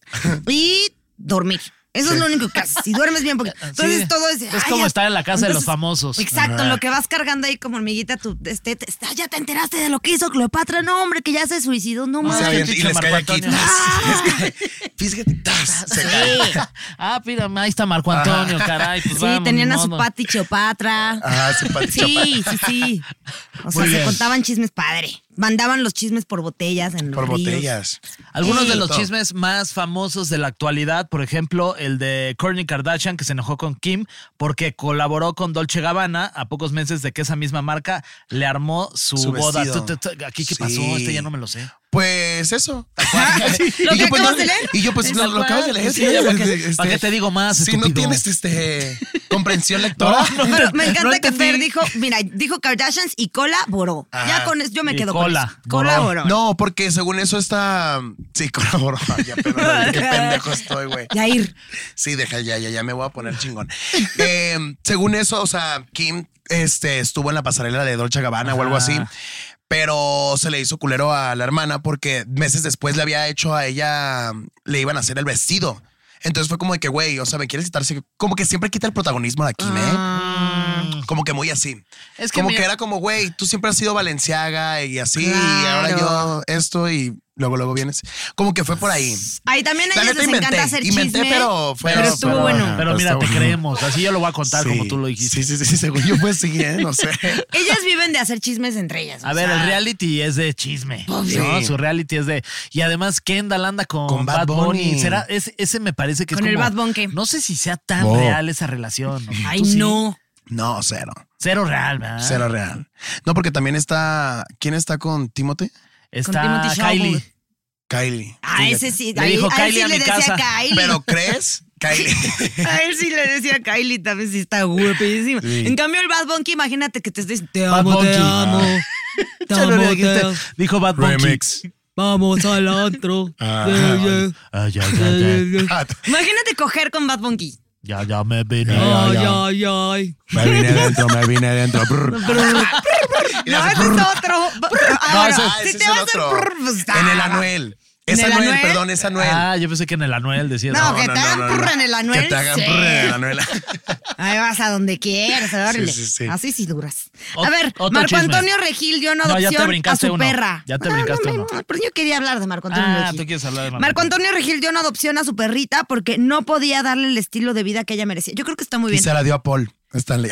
Speaker 4: y dormir. Eso es lo único que haces. Si duermes bien, porque entonces
Speaker 2: Sí.
Speaker 4: todo es.
Speaker 2: Es
Speaker 4: "Ay,
Speaker 2: como
Speaker 4: ya".
Speaker 2: estar en la casa de los famosos.
Speaker 4: Exacto, lo que vas cargando ahí como hormiguita, tu, este, te- ah, ya te enteraste de lo que hizo Cleopatra. No, hombre, que ya se suicidó. No
Speaker 2: Ah,
Speaker 3: Se
Speaker 4: mames. Ah.
Speaker 3: avienta y les cae aquí.
Speaker 2: Antonio.
Speaker 3: tas, les cae. Fíjate, tas, se cae.
Speaker 2: [LAUGHS] Ah, pírame, ahí está Marco Antonio, caray. Pues
Speaker 4: Sí,
Speaker 2: vamos,
Speaker 4: tenían
Speaker 2: ni
Speaker 4: a su
Speaker 2: modo.
Speaker 4: Pati Cleopatra.
Speaker 3: Ajá, Ah, su Pati
Speaker 4: Sí, sí, sí. O sea,
Speaker 2: Muy
Speaker 4: se
Speaker 2: bien.
Speaker 4: contaban chismes padre. Mandaban los chismes por botellas en los
Speaker 3: Por
Speaker 4: ríos.
Speaker 3: botellas.
Speaker 2: Algunos de los
Speaker 3: Todo.
Speaker 2: chismes más famosos de la actualidad, por ejemplo, el de Kourtney Kardashian que se enojó con Kim porque colaboró con Dolce Gabbana a pocos meses de que esa misma marca le armó su,
Speaker 3: Su
Speaker 2: boda.
Speaker 3: vestido.
Speaker 2: Tu, tu, tu, Aquí qué
Speaker 3: Sí.
Speaker 2: pasó, este ya no me lo sé.
Speaker 3: Pues eso. tal
Speaker 2: [LAUGHS]
Speaker 3: cual.
Speaker 4: ¿Lo que
Speaker 3: yo, pues,
Speaker 4: acabas
Speaker 3: no-
Speaker 4: de leer?
Speaker 3: Y yo, pues, lo, lo acabas de leer.
Speaker 2: Sí, ya, ¿para qué-
Speaker 3: Este,
Speaker 2: para qué te digo más,
Speaker 3: Si no
Speaker 2: estúpido?
Speaker 3: tienes este, comprensión lectora.
Speaker 2: No, no.
Speaker 4: Pero me
Speaker 2: No
Speaker 4: encanta que
Speaker 2: entendí.
Speaker 4: Fer dijo, mira, dijo Kardashians y cola boró. Ya con eso yo me
Speaker 2: Y
Speaker 4: quedo
Speaker 2: cola,
Speaker 4: con eso. Cola
Speaker 2: boró.
Speaker 4: boró.
Speaker 3: No, porque según eso está. Sí, colaboró. Ya, perdón,
Speaker 4: [LAUGHS]
Speaker 3: qué pendejo estoy, güey.
Speaker 4: Yair.
Speaker 3: Sí, deja, ya, ya, ya me voy a poner chingón. [LAUGHS] Eh, según eso, o sea, Kim este, estuvo en la pasarela de Dolce Gabbana o algo así. Pero se le hizo culero a la hermana porque meses después le había hecho a ella, le iban a hacer el vestido. Entonces fue como de que, güey, o sea, me quieres quitarse. Como que siempre quita el protagonismo a Kim, ¿eh? Como que muy así.
Speaker 2: Es
Speaker 3: Es
Speaker 2: que
Speaker 3: que como
Speaker 2: mira-
Speaker 3: que era como, güey, tú siempre has sido Valenciaga y así, y ahora
Speaker 4: Claro. Pues,
Speaker 3: yo esto y luego, luego vienes. Como que fue por ahí.
Speaker 4: Ahí también a
Speaker 3: La
Speaker 4: ellos
Speaker 3: neta
Speaker 4: les encanta
Speaker 3: inventé,
Speaker 4: hacer
Speaker 3: inventé,
Speaker 4: chisme.
Speaker 3: pero fue- pero
Speaker 4: estuvo
Speaker 3: pero-
Speaker 4: bueno.
Speaker 2: Pero
Speaker 3: Ah,
Speaker 2: mira,
Speaker 3: está
Speaker 2: te
Speaker 3: bueno.
Speaker 2: creemos. Así yo lo voy a contar como
Speaker 3: Sí.
Speaker 2: tú lo dijiste.
Speaker 3: Sí, sí, sí, según yo pues sí, ¿eh? no sé.
Speaker 4: Ellas viven de hacer chismes entre ellas.
Speaker 2: A
Speaker 4: o
Speaker 2: ver,
Speaker 4: sea,
Speaker 2: el reality es de chisme. ¿no?
Speaker 3: Sí.
Speaker 2: Su reality es de. Y además, Kendall anda con,
Speaker 3: Con
Speaker 2: Bad
Speaker 3: Bad
Speaker 2: Bunny.
Speaker 3: Bunny.
Speaker 2: Será, es- ese me parece que es
Speaker 4: Con el
Speaker 2: como-
Speaker 4: Bad Bunny.
Speaker 2: No sé si sea tan
Speaker 3: Oh.
Speaker 2: real esa relación. ¿no?
Speaker 4: Ay,
Speaker 2: Tú sí.
Speaker 4: no.
Speaker 3: No, cero,
Speaker 2: Cero real, ¿verdad?
Speaker 3: cero real. No, porque también está, ¿quién está con Timothy?
Speaker 4: Con
Speaker 2: Está
Speaker 4: Timothy Chalamet.
Speaker 2: Kylie.
Speaker 3: Kylie.
Speaker 4: A Ah, ese sí.
Speaker 2: Le
Speaker 4: ahí-
Speaker 2: dijo
Speaker 4: a él
Speaker 2: Kylie
Speaker 4: sí
Speaker 2: a
Speaker 4: le
Speaker 2: mi
Speaker 4: decía
Speaker 2: casa.
Speaker 4: Kylie.
Speaker 3: ¿Pero crees? Kylie. [LAUGHS]
Speaker 4: [LAUGHS] A él sí le decía Kylie, también sí está guapísima.
Speaker 3: Sí.
Speaker 4: En cambio, el Bad Bunny, imagínate que te estés. Te
Speaker 2: Bad
Speaker 4: amo, te
Speaker 2: Bunny. Ah.
Speaker 4: amo. [LAUGHS] Te
Speaker 2: Ya lo
Speaker 4: amo, te
Speaker 2: dijiste.
Speaker 4: amo.
Speaker 2: Dijo Bad Bunny.
Speaker 4: Vamos al antro.
Speaker 3: Ah,
Speaker 4: Yeah, yeah,
Speaker 2: Ay, ya,
Speaker 4: [LAUGHS]
Speaker 2: ya,
Speaker 4: yeah,
Speaker 2: ya.
Speaker 4: yeah. Imagínate coger con Bad Bunny.
Speaker 2: Ya, ya me vine.
Speaker 4: Ay, ay, ay.
Speaker 3: Me vine adentro, me vine adentro. Y le
Speaker 4: No,
Speaker 3: hace
Speaker 4: ese es otro.
Speaker 3: No,
Speaker 4: Ah,
Speaker 3: ese-
Speaker 4: bueno,
Speaker 3: ah,
Speaker 4: Si
Speaker 3: ese
Speaker 4: te
Speaker 3: es el
Speaker 4: vas
Speaker 3: otro.
Speaker 4: a. pues,
Speaker 3: En el
Speaker 4: ah,
Speaker 3: Anuel.
Speaker 4: ¿En
Speaker 3: Es
Speaker 4: el
Speaker 3: Anuel,
Speaker 4: Anuel?
Speaker 3: perdón, es Anuel.
Speaker 2: Ah, yo pensé que en el Anuel decía.
Speaker 4: No,
Speaker 2: No,
Speaker 4: que te hagan prr en el Anuel,
Speaker 3: Que te hagan
Speaker 4: sí.
Speaker 3: prr en el Anuel. [LAUGHS]
Speaker 4: Ahí vas a donde quieras, órale.
Speaker 3: Sí, sí, sí.
Speaker 4: Así sí duras.
Speaker 2: Ot-
Speaker 4: A ver,
Speaker 2: otro
Speaker 4: Marco
Speaker 2: chisme.
Speaker 4: Antonio Regil dio una
Speaker 2: No, ya te
Speaker 4: adopción a
Speaker 2: brincaste
Speaker 4: su
Speaker 2: uno.
Speaker 4: perra.
Speaker 2: Ya te brincaste
Speaker 4: no,
Speaker 2: uno.
Speaker 4: no, Pero yo quería hablar de Marco Antonio
Speaker 2: Ah,
Speaker 4: Regil.
Speaker 2: tú quieres hablar de Marco
Speaker 4: Marco Antonio Regil dio una adopción a su perrita porque no podía darle el estilo de vida que ella merecía. Yo creo que está muy
Speaker 3: Y
Speaker 4: bien.
Speaker 3: se la dio a Paul. Stanley.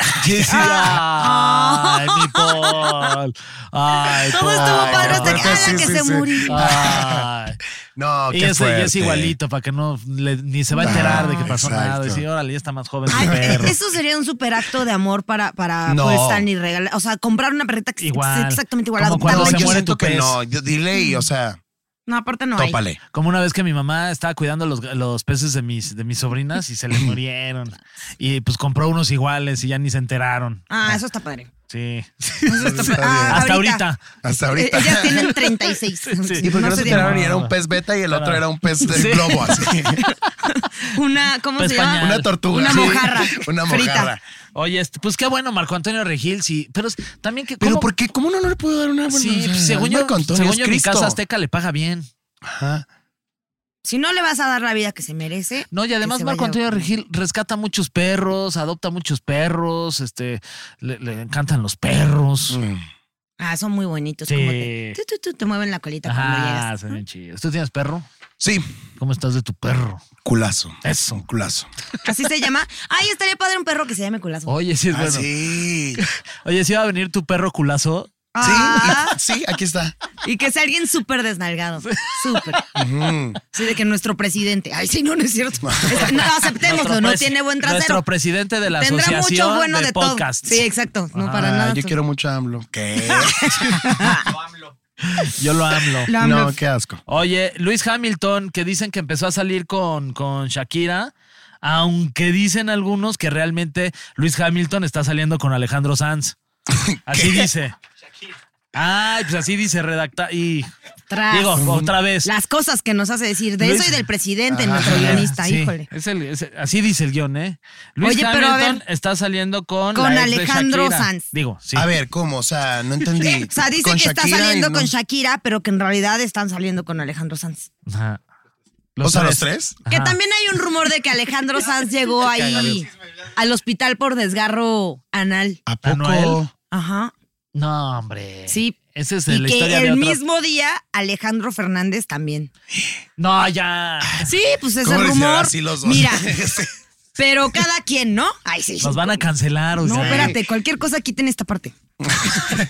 Speaker 2: Ay, mi Paul. Ay,
Speaker 4: Ah. Todo
Speaker 2: Paul.
Speaker 4: estuvo padre hasta que,
Speaker 3: Paul.
Speaker 4: ala,
Speaker 3: Sí,
Speaker 4: que
Speaker 3: sí,
Speaker 4: se
Speaker 3: sí.
Speaker 4: murió.
Speaker 2: Ay.
Speaker 3: [LAUGHS] No,
Speaker 2: Y
Speaker 3: qué
Speaker 2: ese ya es
Speaker 3: fuerte.
Speaker 2: igualito, para que no le- ni se va a enterar de que pasó
Speaker 3: Exacto.
Speaker 2: nada. Decir, órale, ya está más joven.
Speaker 4: Ay,
Speaker 2: que perro.
Speaker 4: eso sería un super acto de amor para, para
Speaker 3: No.
Speaker 4: Paul Stanley regalar. O sea, comprar una perrita que
Speaker 2: Igual.
Speaker 4: sea exactamente igual a
Speaker 2: Como cuando
Speaker 3: No,
Speaker 4: adoptarla.
Speaker 2: se
Speaker 3: yo
Speaker 2: muere
Speaker 3: siento
Speaker 2: tu
Speaker 3: que
Speaker 2: pez.
Speaker 3: no. Yo- Dile y, o sea,
Speaker 4: No, aparte no hay.
Speaker 3: tópale.
Speaker 2: Como una vez que mi mamá estaba cuidando los, los peces de mis, de mis sobrinas y se
Speaker 4: [LAUGHS]
Speaker 2: les murieron. Y pues compró unos iguales y ya ni se enteraron.
Speaker 4: Ah, eso está padre.
Speaker 2: Sí. [LAUGHS]
Speaker 4: Eso está padre. Ah,
Speaker 2: Hasta ahorita.
Speaker 3: Hasta ahorita.
Speaker 4: Eh,
Speaker 3: [LAUGHS]
Speaker 4: Ellas
Speaker 2: [LAUGHS]
Speaker 4: tienen 36.
Speaker 3: ¿Y por qué no, se
Speaker 4: sé,
Speaker 3: enteraron?
Speaker 2: dieron
Speaker 3: Y era
Speaker 2: nada.
Speaker 3: un pez beta y el otro era un pez de
Speaker 2: Sí. [LAUGHS]
Speaker 3: globo, así.
Speaker 4: Una, ¿cómo
Speaker 2: Pues
Speaker 4: se llama?
Speaker 2: pañal.
Speaker 3: Una tortuga.
Speaker 4: Una
Speaker 3: sí.
Speaker 4: mojarra.
Speaker 3: [LAUGHS] Una mojarra.
Speaker 4: Frita.
Speaker 2: Oye, este, pues qué bueno, Marco Antonio Regil, sí. Pero es- también que.
Speaker 3: Pero
Speaker 2: ¿cómo?
Speaker 3: ¿por qué? ¿Cómo no, no le puedo dar una buena?
Speaker 2: Sí, pues, según yo,
Speaker 3: Marco Antonio
Speaker 2: según
Speaker 3: es
Speaker 2: yo en mi
Speaker 3: Cristo.
Speaker 2: casa Azteca le paga bien.
Speaker 3: Ajá.
Speaker 4: Si no le vas a dar la vida que se merece.
Speaker 2: No, y
Speaker 4: que
Speaker 2: además
Speaker 4: se
Speaker 2: Marco
Speaker 4: vaya-
Speaker 2: Antonio Regil rescata muchos perros, adopta muchos perros, este, le, le encantan los perros.
Speaker 3: Mm.
Speaker 4: Ah, son muy bonitos.
Speaker 2: Sí.
Speaker 4: como te, tú, tú, tú, te mueven la colita cuando
Speaker 2: Ajá,
Speaker 4: llegas.
Speaker 2: se ven chidos. ¿Tú tienes perro?
Speaker 3: Sí,
Speaker 2: ¿Cómo estás de tu perro?
Speaker 3: culazo.
Speaker 2: Eso.
Speaker 3: Culazo.
Speaker 4: [LAUGHS] Así se llama. Ay, estaría padre un perro que se llame culazo.
Speaker 2: Oye, sí es
Speaker 3: Ah,
Speaker 2: bueno.
Speaker 3: sí.
Speaker 2: Oye, si va a venir tu perro culazo.
Speaker 3: Sí,
Speaker 4: Ah,
Speaker 3: y- sí, aquí está.
Speaker 4: y que sea alguien súper desnalgado. Súper.
Speaker 3: Ujú.
Speaker 4: Sí, de que nuestro presidente. Ay, sí, no, no
Speaker 3: [LAUGHS]
Speaker 4: es cierto. Es- No, aceptémoslo, no
Speaker 2: pres-
Speaker 4: tiene buen
Speaker 2: Nuestro
Speaker 4: trasero.
Speaker 2: presidente de la
Speaker 4: Tendrá
Speaker 2: asociación
Speaker 4: mucho bueno
Speaker 2: de,
Speaker 4: de, todo.
Speaker 2: podcasts.
Speaker 4: Sí, exacto. No para
Speaker 3: Ah,
Speaker 4: nada.
Speaker 3: Yo quiero mucho a AMLO.
Speaker 4: [LAUGHS]
Speaker 3: ¿Qué?
Speaker 2: Yo lo amo.
Speaker 4: La-
Speaker 3: no, qué asco.
Speaker 2: Oye, Luis Hamilton, que dicen que empezó a salir con, con Shakira, aunque dicen algunos que realmente Luis Hamilton está saliendo con Alejandro
Speaker 3: [LAUGHS]
Speaker 2: Sanz. Así dice. Ay, pues así dice redacta. Y
Speaker 4: Tras.
Speaker 2: digo, otra vez.
Speaker 4: Las cosas que nos hace decir de
Speaker 2: Luis-
Speaker 4: eso y del presidente, nuestro guionista,
Speaker 2: Sí,
Speaker 4: híjole.
Speaker 2: es el- es el- así dice el guión, ¿eh? Luis
Speaker 4: Oye, pero a
Speaker 2: Hamilton
Speaker 4: ver,
Speaker 2: está saliendo con.
Speaker 4: con
Speaker 2: la ex de
Speaker 4: Alejandro
Speaker 2: Shakira.
Speaker 4: Sanz.
Speaker 2: Digo, sí.
Speaker 3: A ver, ¿cómo? O sea, no entendí.
Speaker 4: [LAUGHS] O sea, dice que está
Speaker 3: Shakira y
Speaker 4: saliendo
Speaker 3: no-
Speaker 4: con Shakira, pero que en realidad están saliendo con Alejandro Sanz.
Speaker 2: Ajá.
Speaker 3: O sea, los tres.
Speaker 4: Que
Speaker 2: Ajá.
Speaker 4: también hay un rumor de que Alejandro Sanz llegó ahí al hospital por desgarro anal.
Speaker 3: ¿A
Speaker 2: Ah,
Speaker 3: poco?
Speaker 2: Anuel.
Speaker 4: Ajá.
Speaker 2: No, hombre.
Speaker 4: Sí.
Speaker 2: Ese Eh, es
Speaker 4: Y
Speaker 2: la
Speaker 4: que
Speaker 2: historia
Speaker 4: el
Speaker 2: de otras-
Speaker 4: mismo día Alejandro Fernández también.
Speaker 2: No, ya.
Speaker 4: Sí, pues es
Speaker 3: ¿Cómo
Speaker 4: el
Speaker 3: le hicieron
Speaker 4: rumor.
Speaker 3: así los dos?
Speaker 4: Mira,
Speaker 3: [LAUGHS] Sí.
Speaker 4: pero cada quien, ¿no? Ay, sí.
Speaker 2: Nos van a cancelar, o
Speaker 4: No,
Speaker 2: sea.
Speaker 4: espérate, cualquier cosa quiten esta parte.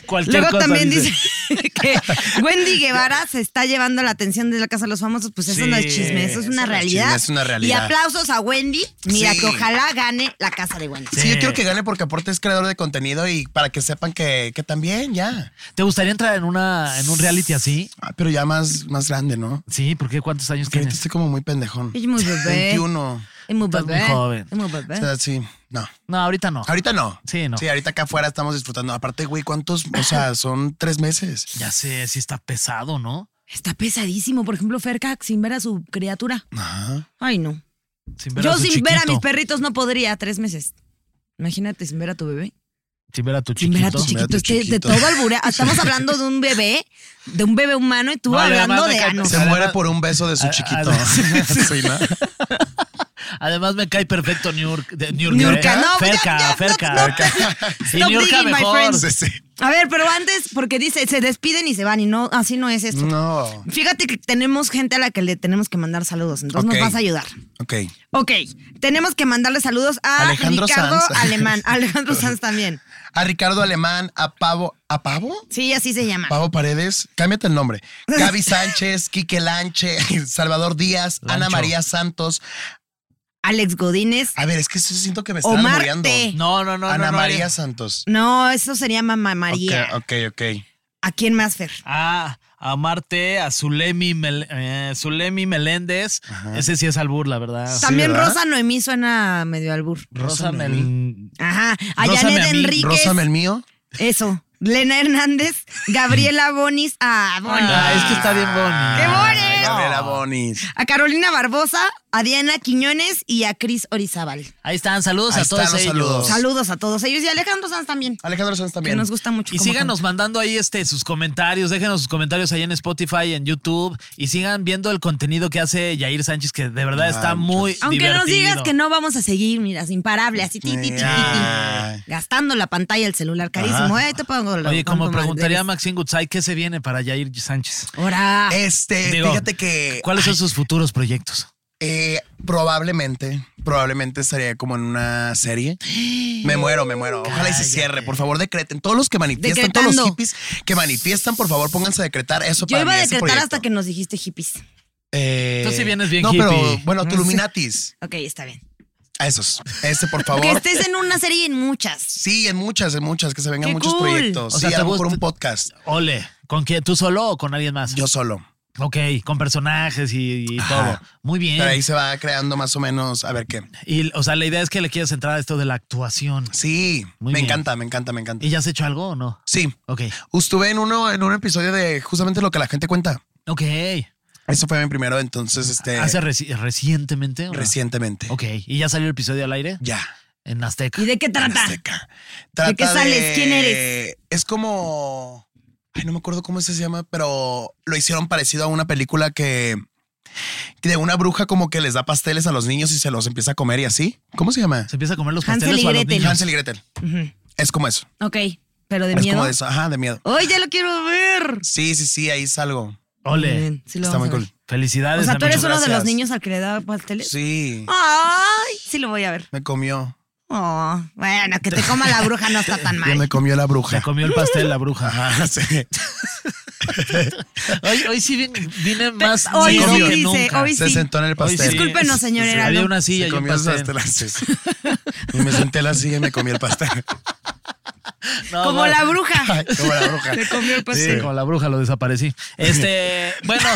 Speaker 2: Cualquier
Speaker 4: Luego
Speaker 2: cosa,
Speaker 4: también
Speaker 2: dice.
Speaker 4: dice [LAUGHS] que Wendy Guevara se está llevando la atención de la Casa de los Famosos. Pues eso
Speaker 2: Sí,
Speaker 4: no es chisme, eso es
Speaker 3: eso
Speaker 4: una
Speaker 3: no es chisme,
Speaker 4: realidad.
Speaker 3: es una realidad.
Speaker 4: Y aplausos a Wendy. Mira
Speaker 3: Sí.
Speaker 4: que ojalá gane la Casa de Wendy.
Speaker 3: Sí. yo quiero que gane porque aporte es creador de contenido y para que sepan que, que también, ya.
Speaker 2: ¿Te gustaría entrar en una en un reality así?
Speaker 3: Ah, pero ya más, más grande, ¿no?
Speaker 2: Sí, porque ¿cuántos años
Speaker 3: Porque ahorita
Speaker 2: tienes?
Speaker 3: estoy como muy pendejón.
Speaker 4: Es muy bebé.
Speaker 3: 21.
Speaker 4: Es muy
Speaker 2: Estás muy
Speaker 4: bebé.
Speaker 2: joven.
Speaker 4: Es muy
Speaker 3: O
Speaker 4: bebé.
Speaker 3: sea, sí, no.
Speaker 2: No, ahorita no.
Speaker 3: Ahorita no.
Speaker 2: Sí, no.
Speaker 3: Sí, ahorita acá afuera estamos disfrutando. Aparte, güey, ¿cuántos? O sea, son tres meses.
Speaker 2: Ya sé, sí está pesado, ¿no?
Speaker 4: Está pesadísimo, por ejemplo, Ferca sin ver a su criatura.
Speaker 3: Ajá.
Speaker 4: Ay, no.
Speaker 2: Sin ver
Speaker 4: Yo
Speaker 2: a su
Speaker 4: sin ver a
Speaker 2: chiquito.
Speaker 4: mis perritos no podría tres meses. Imagínate sin ver a tu bebé.
Speaker 2: Sin ver a tu
Speaker 4: Sin
Speaker 2: chiquito.
Speaker 4: ver a tu
Speaker 3: Sin ver a
Speaker 4: chiquito.
Speaker 3: tu
Speaker 4: Es que de
Speaker 3: chiquito.
Speaker 4: todo albure- Estamos hablando de un bebé, de un bebé humano y tú
Speaker 2: No, y además
Speaker 4: hablando
Speaker 2: de
Speaker 4: de
Speaker 2: que-
Speaker 4: ano.
Speaker 3: Se
Speaker 2: Además-
Speaker 3: muere por un beso de su
Speaker 2: a-
Speaker 3: chiquito. [LAUGHS]
Speaker 4: [LAUGHS]
Speaker 2: además-
Speaker 3: sí,
Speaker 2: [LAUGHS]
Speaker 3: ¿no?
Speaker 2: Además me cae perfecto New York. de- New York, ¿eh?
Speaker 4: Niurka, no, ya,
Speaker 2: Ferca,
Speaker 4: ya, no,
Speaker 2: Ferca.
Speaker 4: no,
Speaker 2: y
Speaker 4: stop
Speaker 2: New York
Speaker 4: digging, my
Speaker 2: mejor.
Speaker 4: friends.
Speaker 3: Sí, sí.
Speaker 4: A ver, pero antes, porque dice, se despiden y se van y no, así no es esto.
Speaker 3: No.
Speaker 4: Fíjate que tenemos gente a la que le tenemos que mandar saludos, entonces
Speaker 3: Ok.
Speaker 4: nos vas a ayudar.
Speaker 3: Ok.
Speaker 4: Ok, tenemos que mandarle saludos a
Speaker 3: Alejandro
Speaker 4: Ricardo
Speaker 3: Sanz.
Speaker 4: Alemán, Alejandro Sanz también.
Speaker 3: A Ricardo Alemán, a Pavo. ¿A Pavo?
Speaker 4: Sí, así se llama.
Speaker 3: Pavo Paredes, cámbiate el nombre. Gaby Sánchez, Quique Lanche, [LAUGHS] Salvador Díaz, Ana
Speaker 2: Lancho.
Speaker 3: María Santos.
Speaker 4: Alex Godínez.
Speaker 3: A ver, es que eso siento que me están
Speaker 4: Omar
Speaker 3: muriendo.
Speaker 4: T.
Speaker 2: No, no, no.
Speaker 3: Ana
Speaker 2: no, no,
Speaker 3: María
Speaker 2: Ale-
Speaker 3: Santos.
Speaker 4: No, eso sería Mamá María.
Speaker 3: Ok, ok, ok.
Speaker 4: ¿A quién más, Fer?
Speaker 2: Ah, a Marte, a Zulemi, Mel- eh, Zulemi Meléndez. Ese Ah, sí es albur, la verdad.
Speaker 4: También
Speaker 3: ¿verdad?
Speaker 4: Rosa Noemí suena medio albur.
Speaker 2: Rosa Mel-
Speaker 4: Ajá. A
Speaker 2: Rosa
Speaker 4: Janet
Speaker 2: Noemí,
Speaker 4: Enríquez.
Speaker 3: Rózame el mío.
Speaker 4: Eso. Lena Hernández. Gabriela Bonis. Ah, Bonis.
Speaker 2: Ah, es que está bien
Speaker 4: ¡Qué
Speaker 2: bonito.
Speaker 4: Bonis!
Speaker 3: Ah, Gabriela Bonis.
Speaker 4: A Carolina Barbosa, a Diana Quiñones y a Cris Orizábal.
Speaker 2: Ahí están, saludos
Speaker 3: Ahí
Speaker 2: a todos
Speaker 3: están los
Speaker 2: ellos.
Speaker 3: saludos.
Speaker 4: Saludos a todos ellos y a Alejandro Sanz también,
Speaker 3: Alejandro Sanz
Speaker 4: que
Speaker 3: también.
Speaker 4: nos gusta mucho.
Speaker 2: Y
Speaker 4: como
Speaker 2: síganos
Speaker 4: canta.
Speaker 2: mandando ahí este sus comentarios, déjenos sus comentarios ahí en Spotify, en YouTube y sigan viendo el contenido que hace Yair Sánchez que de verdad está muy
Speaker 4: Aunque
Speaker 2: divertido.
Speaker 4: nos digas que no vamos a seguir, mira, es imparable, así ti, ti, ti, ti, ti.
Speaker 3: Ay.
Speaker 4: gastando la pantalla del celular carísimo. Eh, te pongo lo-
Speaker 2: Oye, como
Speaker 4: cuánto más
Speaker 2: preguntaría
Speaker 4: debes.
Speaker 2: Maxine Goodside, ¿qué se viene para Yair Sánchez?
Speaker 4: Ahora,
Speaker 3: Este,
Speaker 2: Digo,
Speaker 3: fíjate que
Speaker 2: ¿Cuáles son sus futuros proyectos?
Speaker 3: eh, probablemente, probablemente estaría como en una serie. Me muero, me muero. Ojalá y se cierre. Por favor, decreten. Todos los que manifiestan, todos los
Speaker 4: Decretando.
Speaker 3: hippies que manifiestan, por favor, pónganse a decretar eso
Speaker 4: yo
Speaker 3: para
Speaker 4: iba
Speaker 3: mí,
Speaker 4: a
Speaker 3: ese
Speaker 4: decretar
Speaker 3: proyecto.
Speaker 4: hasta que nos dijiste hippies.
Speaker 3: Eh,
Speaker 2: Tú sí vienes bien
Speaker 3: No, pero
Speaker 2: hippie.
Speaker 4: Ah,
Speaker 3: bueno, Tuluminatis.
Speaker 4: Ok, está bien.
Speaker 3: A esos. Ese,
Speaker 4: [LAUGHS]
Speaker 3: por
Speaker 4: Que
Speaker 3: favor.
Speaker 4: estés en una serie y en muchas.
Speaker 3: Sí, en muchas, en muchas, que se vengan
Speaker 4: Qué
Speaker 3: muchos
Speaker 4: cool.
Speaker 3: proyectos.
Speaker 2: O
Speaker 3: sí,
Speaker 2: sea,
Speaker 3: a
Speaker 2: ¿te
Speaker 3: lo mejor
Speaker 2: gusta-
Speaker 3: un podcast.
Speaker 2: Ole, ¿con quién? ¿Tú solo o con alguien más?
Speaker 3: Yo solo.
Speaker 2: Ok, con personajes y, y todo.
Speaker 3: Ajá.
Speaker 2: Muy bien.
Speaker 3: Pero ahí se va creando más o menos, a ver qué.
Speaker 2: Y, o sea, la idea es que le quieres entrar a esto de la actuación.
Speaker 3: Sí,
Speaker 2: Muy
Speaker 3: me
Speaker 2: bien.
Speaker 3: encanta, me encanta, me encanta.
Speaker 2: ¿Y ya has hecho algo o no?
Speaker 3: Sí.
Speaker 2: Ok.
Speaker 3: Estuve en uno, en un episodio de justamente lo que la gente cuenta.
Speaker 2: Ok.
Speaker 3: Eso fue mi primero, entonces, este.
Speaker 2: ¿Hace reci- recientemente? o no?
Speaker 3: recientemente.
Speaker 2: Ok. ¿Y ya salió el episodio al aire?
Speaker 3: Ya.
Speaker 2: En Azteca.
Speaker 4: ¿Y de qué trata?
Speaker 3: Azteca.
Speaker 4: ¿De qué
Speaker 3: Trata
Speaker 4: sales? ¿Quién eres?
Speaker 3: Es como. Ay, no me acuerdo cómo se llama, pero lo hicieron parecido a una película que. que De una bruja como que les da pasteles a los niños y se los empieza a comer y así. ¿Cómo se llama?
Speaker 2: Se empieza a comer los
Speaker 4: Hansel
Speaker 2: pasteles
Speaker 4: y
Speaker 2: o a los
Speaker 4: Gretel.
Speaker 2: niños.
Speaker 3: Hansel y Gretel. Es como eso.
Speaker 4: Ok, pero de
Speaker 3: es
Speaker 4: miedo.
Speaker 3: como de eso. Ajá, de miedo.
Speaker 4: ¡Ay, ya lo quiero ver!
Speaker 3: Sí, sí, sí, ahí salgo.
Speaker 2: Ole.
Speaker 4: Bien, sí lo
Speaker 3: Está muy
Speaker 4: vamos a ver.
Speaker 3: cool.
Speaker 2: Felicidades.
Speaker 4: Mm. O sea, tú
Speaker 2: amigo.
Speaker 4: eres uno de los
Speaker 3: gracias.
Speaker 4: niños al que le da pasteles.
Speaker 3: Sí,
Speaker 4: Ay, sí lo voy a ver.
Speaker 3: me comió.
Speaker 4: Oh, bueno, que te coma la bruja no está tan
Speaker 3: Ya me
Speaker 4: mal.
Speaker 3: comió la
Speaker 2: Se
Speaker 3: bruja.
Speaker 2: comió el pastel la bruja.
Speaker 3: Ajá, sí.
Speaker 2: [LAUGHS] Hoy, hoy sí vin- vine más
Speaker 4: hoy
Speaker 2: negro
Speaker 3: sí
Speaker 2: que
Speaker 4: dice,
Speaker 2: nunca.
Speaker 4: hoy sí.
Speaker 3: Se sentó en el
Speaker 2: Hoy sí.
Speaker 3: pastel.
Speaker 4: Discúlpenos, señor
Speaker 2: Sí,
Speaker 4: Heraldo.
Speaker 2: Había una silla
Speaker 3: Se
Speaker 2: y un
Speaker 3: comió el
Speaker 2: pastel.
Speaker 3: pastel
Speaker 2: [LAUGHS]
Speaker 3: así, sí. Y me senté en la silla y me comí el pastel.
Speaker 2: No,
Speaker 4: Como
Speaker 2: bueno.
Speaker 4: la bruja.
Speaker 3: [LAUGHS] Ay, como la bruja.
Speaker 4: Se comió el
Speaker 2: Sí,
Speaker 4: pastel.
Speaker 2: con la bruja lo desaparecí.
Speaker 4: [LAUGHS]
Speaker 2: Este, bueno. [LAUGHS]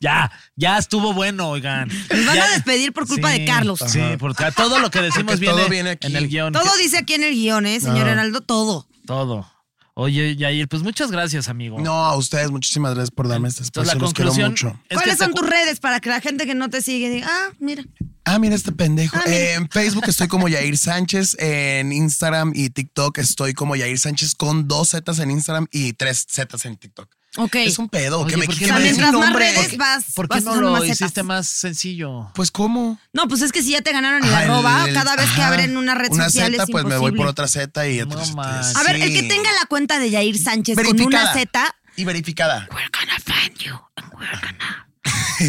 Speaker 2: Ya, ya estuvo bueno, oigan.
Speaker 4: Nos van
Speaker 2: Ya-
Speaker 4: a despedir por culpa
Speaker 2: Sí,
Speaker 4: de Carlos.
Speaker 2: Sí, porque todo lo que decimos
Speaker 3: Porque todo
Speaker 2: viene,
Speaker 3: viene aquí.
Speaker 2: en el guión.
Speaker 4: Todo dice aquí en el guión, ¿eh, señor
Speaker 3: Ah.
Speaker 4: Heraldo? Todo.
Speaker 2: Todo. Oye, Yair, pues muchas gracias, amigo.
Speaker 3: No, a ustedes muchísimas gracias por darme este espacio.
Speaker 2: Entonces, la
Speaker 3: Los quiero
Speaker 2: conclusión
Speaker 3: mucho.
Speaker 2: es
Speaker 4: ¿Cuáles
Speaker 2: que te
Speaker 4: son
Speaker 2: cu-
Speaker 4: tus redes para que la gente que no te sigue diga, ah, mira,
Speaker 3: Ah, mira este pendejo.
Speaker 4: Ah, mira.
Speaker 3: Eh, en Facebook estoy como Yair Sánchez. En Instagram y TikTok estoy como Yair Sánchez con dos Zetas en Instagram y tres Zetas en TikTok.
Speaker 4: ok.
Speaker 3: Es un pedo.
Speaker 2: Oye,
Speaker 3: que me
Speaker 2: ¿por qué
Speaker 3: que
Speaker 2: no
Speaker 3: me
Speaker 2: le
Speaker 3: den
Speaker 4: Mientras
Speaker 3: mi
Speaker 4: más
Speaker 3: nombre.
Speaker 4: redes vas,
Speaker 2: ¿Por qué
Speaker 4: vas
Speaker 2: no
Speaker 4: usando
Speaker 2: lo
Speaker 4: más zetas.
Speaker 2: hiciste más sencillo?
Speaker 3: Pues, ¿cómo?
Speaker 4: No, pues es que si ya te ganaron el
Speaker 3: Ajá,
Speaker 4: arroba,
Speaker 3: Ah, el-
Speaker 4: cada vez que
Speaker 3: ajá.
Speaker 4: abren una red
Speaker 3: una
Speaker 4: social
Speaker 3: zeta,
Speaker 4: es
Speaker 3: pues me voy por
Speaker 4: imposible.
Speaker 3: otra Z y otra
Speaker 2: No
Speaker 3: zeta.
Speaker 2: manches.
Speaker 4: A ver, el que
Speaker 3: Sí.
Speaker 4: tenga la cuenta de Yair Sánchez con
Speaker 3: Verificada. [LAUGHS]
Speaker 4: una Z,
Speaker 3: y verificada.
Speaker 4: we're gonna find you and we're gonna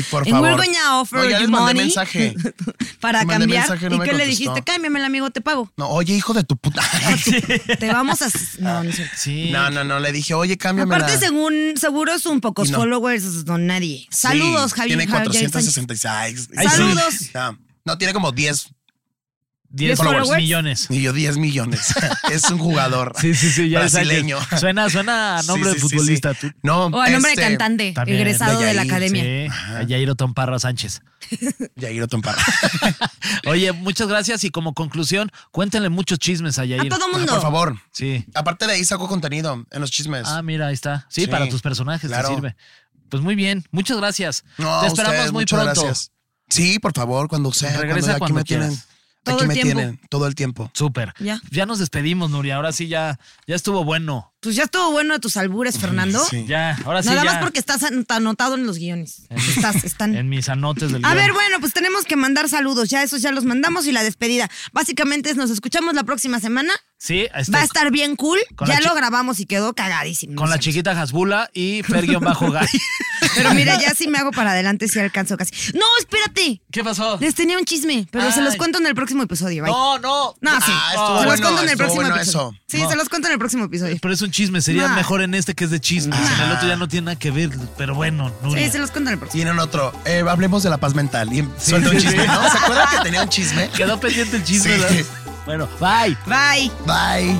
Speaker 3: por
Speaker 4: And we're
Speaker 3: favor.
Speaker 4: gonna offer
Speaker 3: No, ya
Speaker 4: you
Speaker 3: les mandé
Speaker 4: money
Speaker 3: mensaje.
Speaker 4: [LAUGHS] para
Speaker 3: Les mandé
Speaker 4: cambiar.
Speaker 3: mensaje, no
Speaker 4: ¿Y
Speaker 3: me
Speaker 4: qué le
Speaker 3: contestó.
Speaker 4: dijiste? Cámbiame el amigo, te pago.
Speaker 3: No, oye, hijo de tu puta.
Speaker 4: Te vamos a. No, no es cierto.
Speaker 2: Sí.
Speaker 3: [LAUGHS] No, no, no, le dije, oye, cámbiame
Speaker 4: Aparte, según seguro es un poco
Speaker 3: Y no.
Speaker 4: followers, no nadie. Saludos, Javier.
Speaker 3: Tiene
Speaker 4: Javier Sánchez.
Speaker 3: 466.
Speaker 2: Ay, sí.
Speaker 4: Saludos.
Speaker 3: No, no, tiene como 10
Speaker 2: 10
Speaker 4: followers.
Speaker 3: [LAUGHS]
Speaker 2: millones.
Speaker 3: y yo 10 millones. [LAUGHS] es un jugador
Speaker 2: Sí, sí, sí, ya
Speaker 3: brasileño. [LAUGHS]
Speaker 2: sabes. Suena, suena a nombre
Speaker 3: Sí, sí,
Speaker 2: de
Speaker 3: sí,
Speaker 2: futbolista. tú.
Speaker 3: sí. No,
Speaker 4: O a nombre
Speaker 3: este,
Speaker 4: de cantante,
Speaker 2: También.
Speaker 4: egresado de,
Speaker 3: De
Speaker 4: la
Speaker 3: Yair,
Speaker 4: academia.
Speaker 2: Sí, a Jairo Tomparra Sánchez.
Speaker 3: Yairo Tompara.
Speaker 2: Oye, muchas gracias y como conclusión, cuéntenle muchos chismes a Yair.
Speaker 3: [LAUGHS]
Speaker 4: A [LAUGHS] todo mundo.
Speaker 3: Ah, Por favor.
Speaker 2: Sí.
Speaker 3: Aparte de ahí sacó contenido en los chismes.
Speaker 2: Ah, mira, ahí está. Sí,
Speaker 3: Sí,
Speaker 2: para tus personajes
Speaker 3: claro.
Speaker 2: te sirve. Pues muy bien, muchas gracias.
Speaker 3: No,
Speaker 2: te
Speaker 3: a
Speaker 2: esperamos
Speaker 3: ustedes,
Speaker 2: muy
Speaker 3: muchas
Speaker 2: pronto.
Speaker 3: gracias. Sí, por favor, cuando sea.
Speaker 2: Regresa
Speaker 3: aquí
Speaker 2: cuando
Speaker 3: me
Speaker 2: quieras.
Speaker 3: tienen.
Speaker 4: Todo
Speaker 3: Aquí
Speaker 4: el
Speaker 3: me
Speaker 4: tiempo.
Speaker 3: tienen todo el tiempo.
Speaker 2: Súper.
Speaker 4: Ya.
Speaker 2: ya nos despedimos, Nuria. Ahora sí ya, ya estuvo bueno.
Speaker 4: Pues ya estuvo bueno de tus albures, Fernando.
Speaker 3: Sí.
Speaker 2: Ya, ahora sí.
Speaker 4: Nada
Speaker 2: ya.
Speaker 4: más porque estás an- anotado en los guiones. Estás, están.
Speaker 2: En mis anotes del
Speaker 4: A
Speaker 2: guión.
Speaker 4: ver, bueno, pues tenemos que mandar saludos. Ya esos ya los mandamos y la despedida. Básicamente es nos escuchamos la próxima semana.
Speaker 2: Sí, este,
Speaker 4: Va a estar bien cool.
Speaker 2: Con
Speaker 4: Ya
Speaker 2: la chi-
Speaker 4: lo grabamos y quedó cagadísimo.
Speaker 2: con la chiquita Hasbula y Fer-Gay.
Speaker 4: [LAUGHS] Pero mira, ya sí me hago para adelante, sí alcanzo casi. No, espérate.
Speaker 2: ¿Qué pasó?
Speaker 4: Les tenía un chisme, pero se los
Speaker 2: Ay.
Speaker 4: cuento en el próximo episodio. bye.
Speaker 2: No, no.
Speaker 4: No, sí.
Speaker 3: Ah, estuvo
Speaker 4: se los
Speaker 3: bueno,
Speaker 4: cuento en el
Speaker 3: estuvo
Speaker 4: próximo
Speaker 3: bueno
Speaker 4: episodio.
Speaker 3: eso.
Speaker 4: Sí, se los cuento en el próximo episodio.
Speaker 2: Pero es un chisme, sería
Speaker 4: No.
Speaker 2: mejor en este que es de chismes. En el otro ya no tiene nada que ver, pero bueno, Nuria.
Speaker 4: Sí, se los cuento en el próximo.
Speaker 3: Tienen otro. Eh, hablemos de la paz mental. Y suelta un
Speaker 2: sí,
Speaker 3: chisme,
Speaker 2: sí.
Speaker 3: ¿no? ¿Se acuerdan que tenía un chisme?
Speaker 2: Quedó pendiente el chisme.
Speaker 3: Sí.
Speaker 2: ¿verdad? Bueno, bye.
Speaker 4: Bye.
Speaker 3: Bye.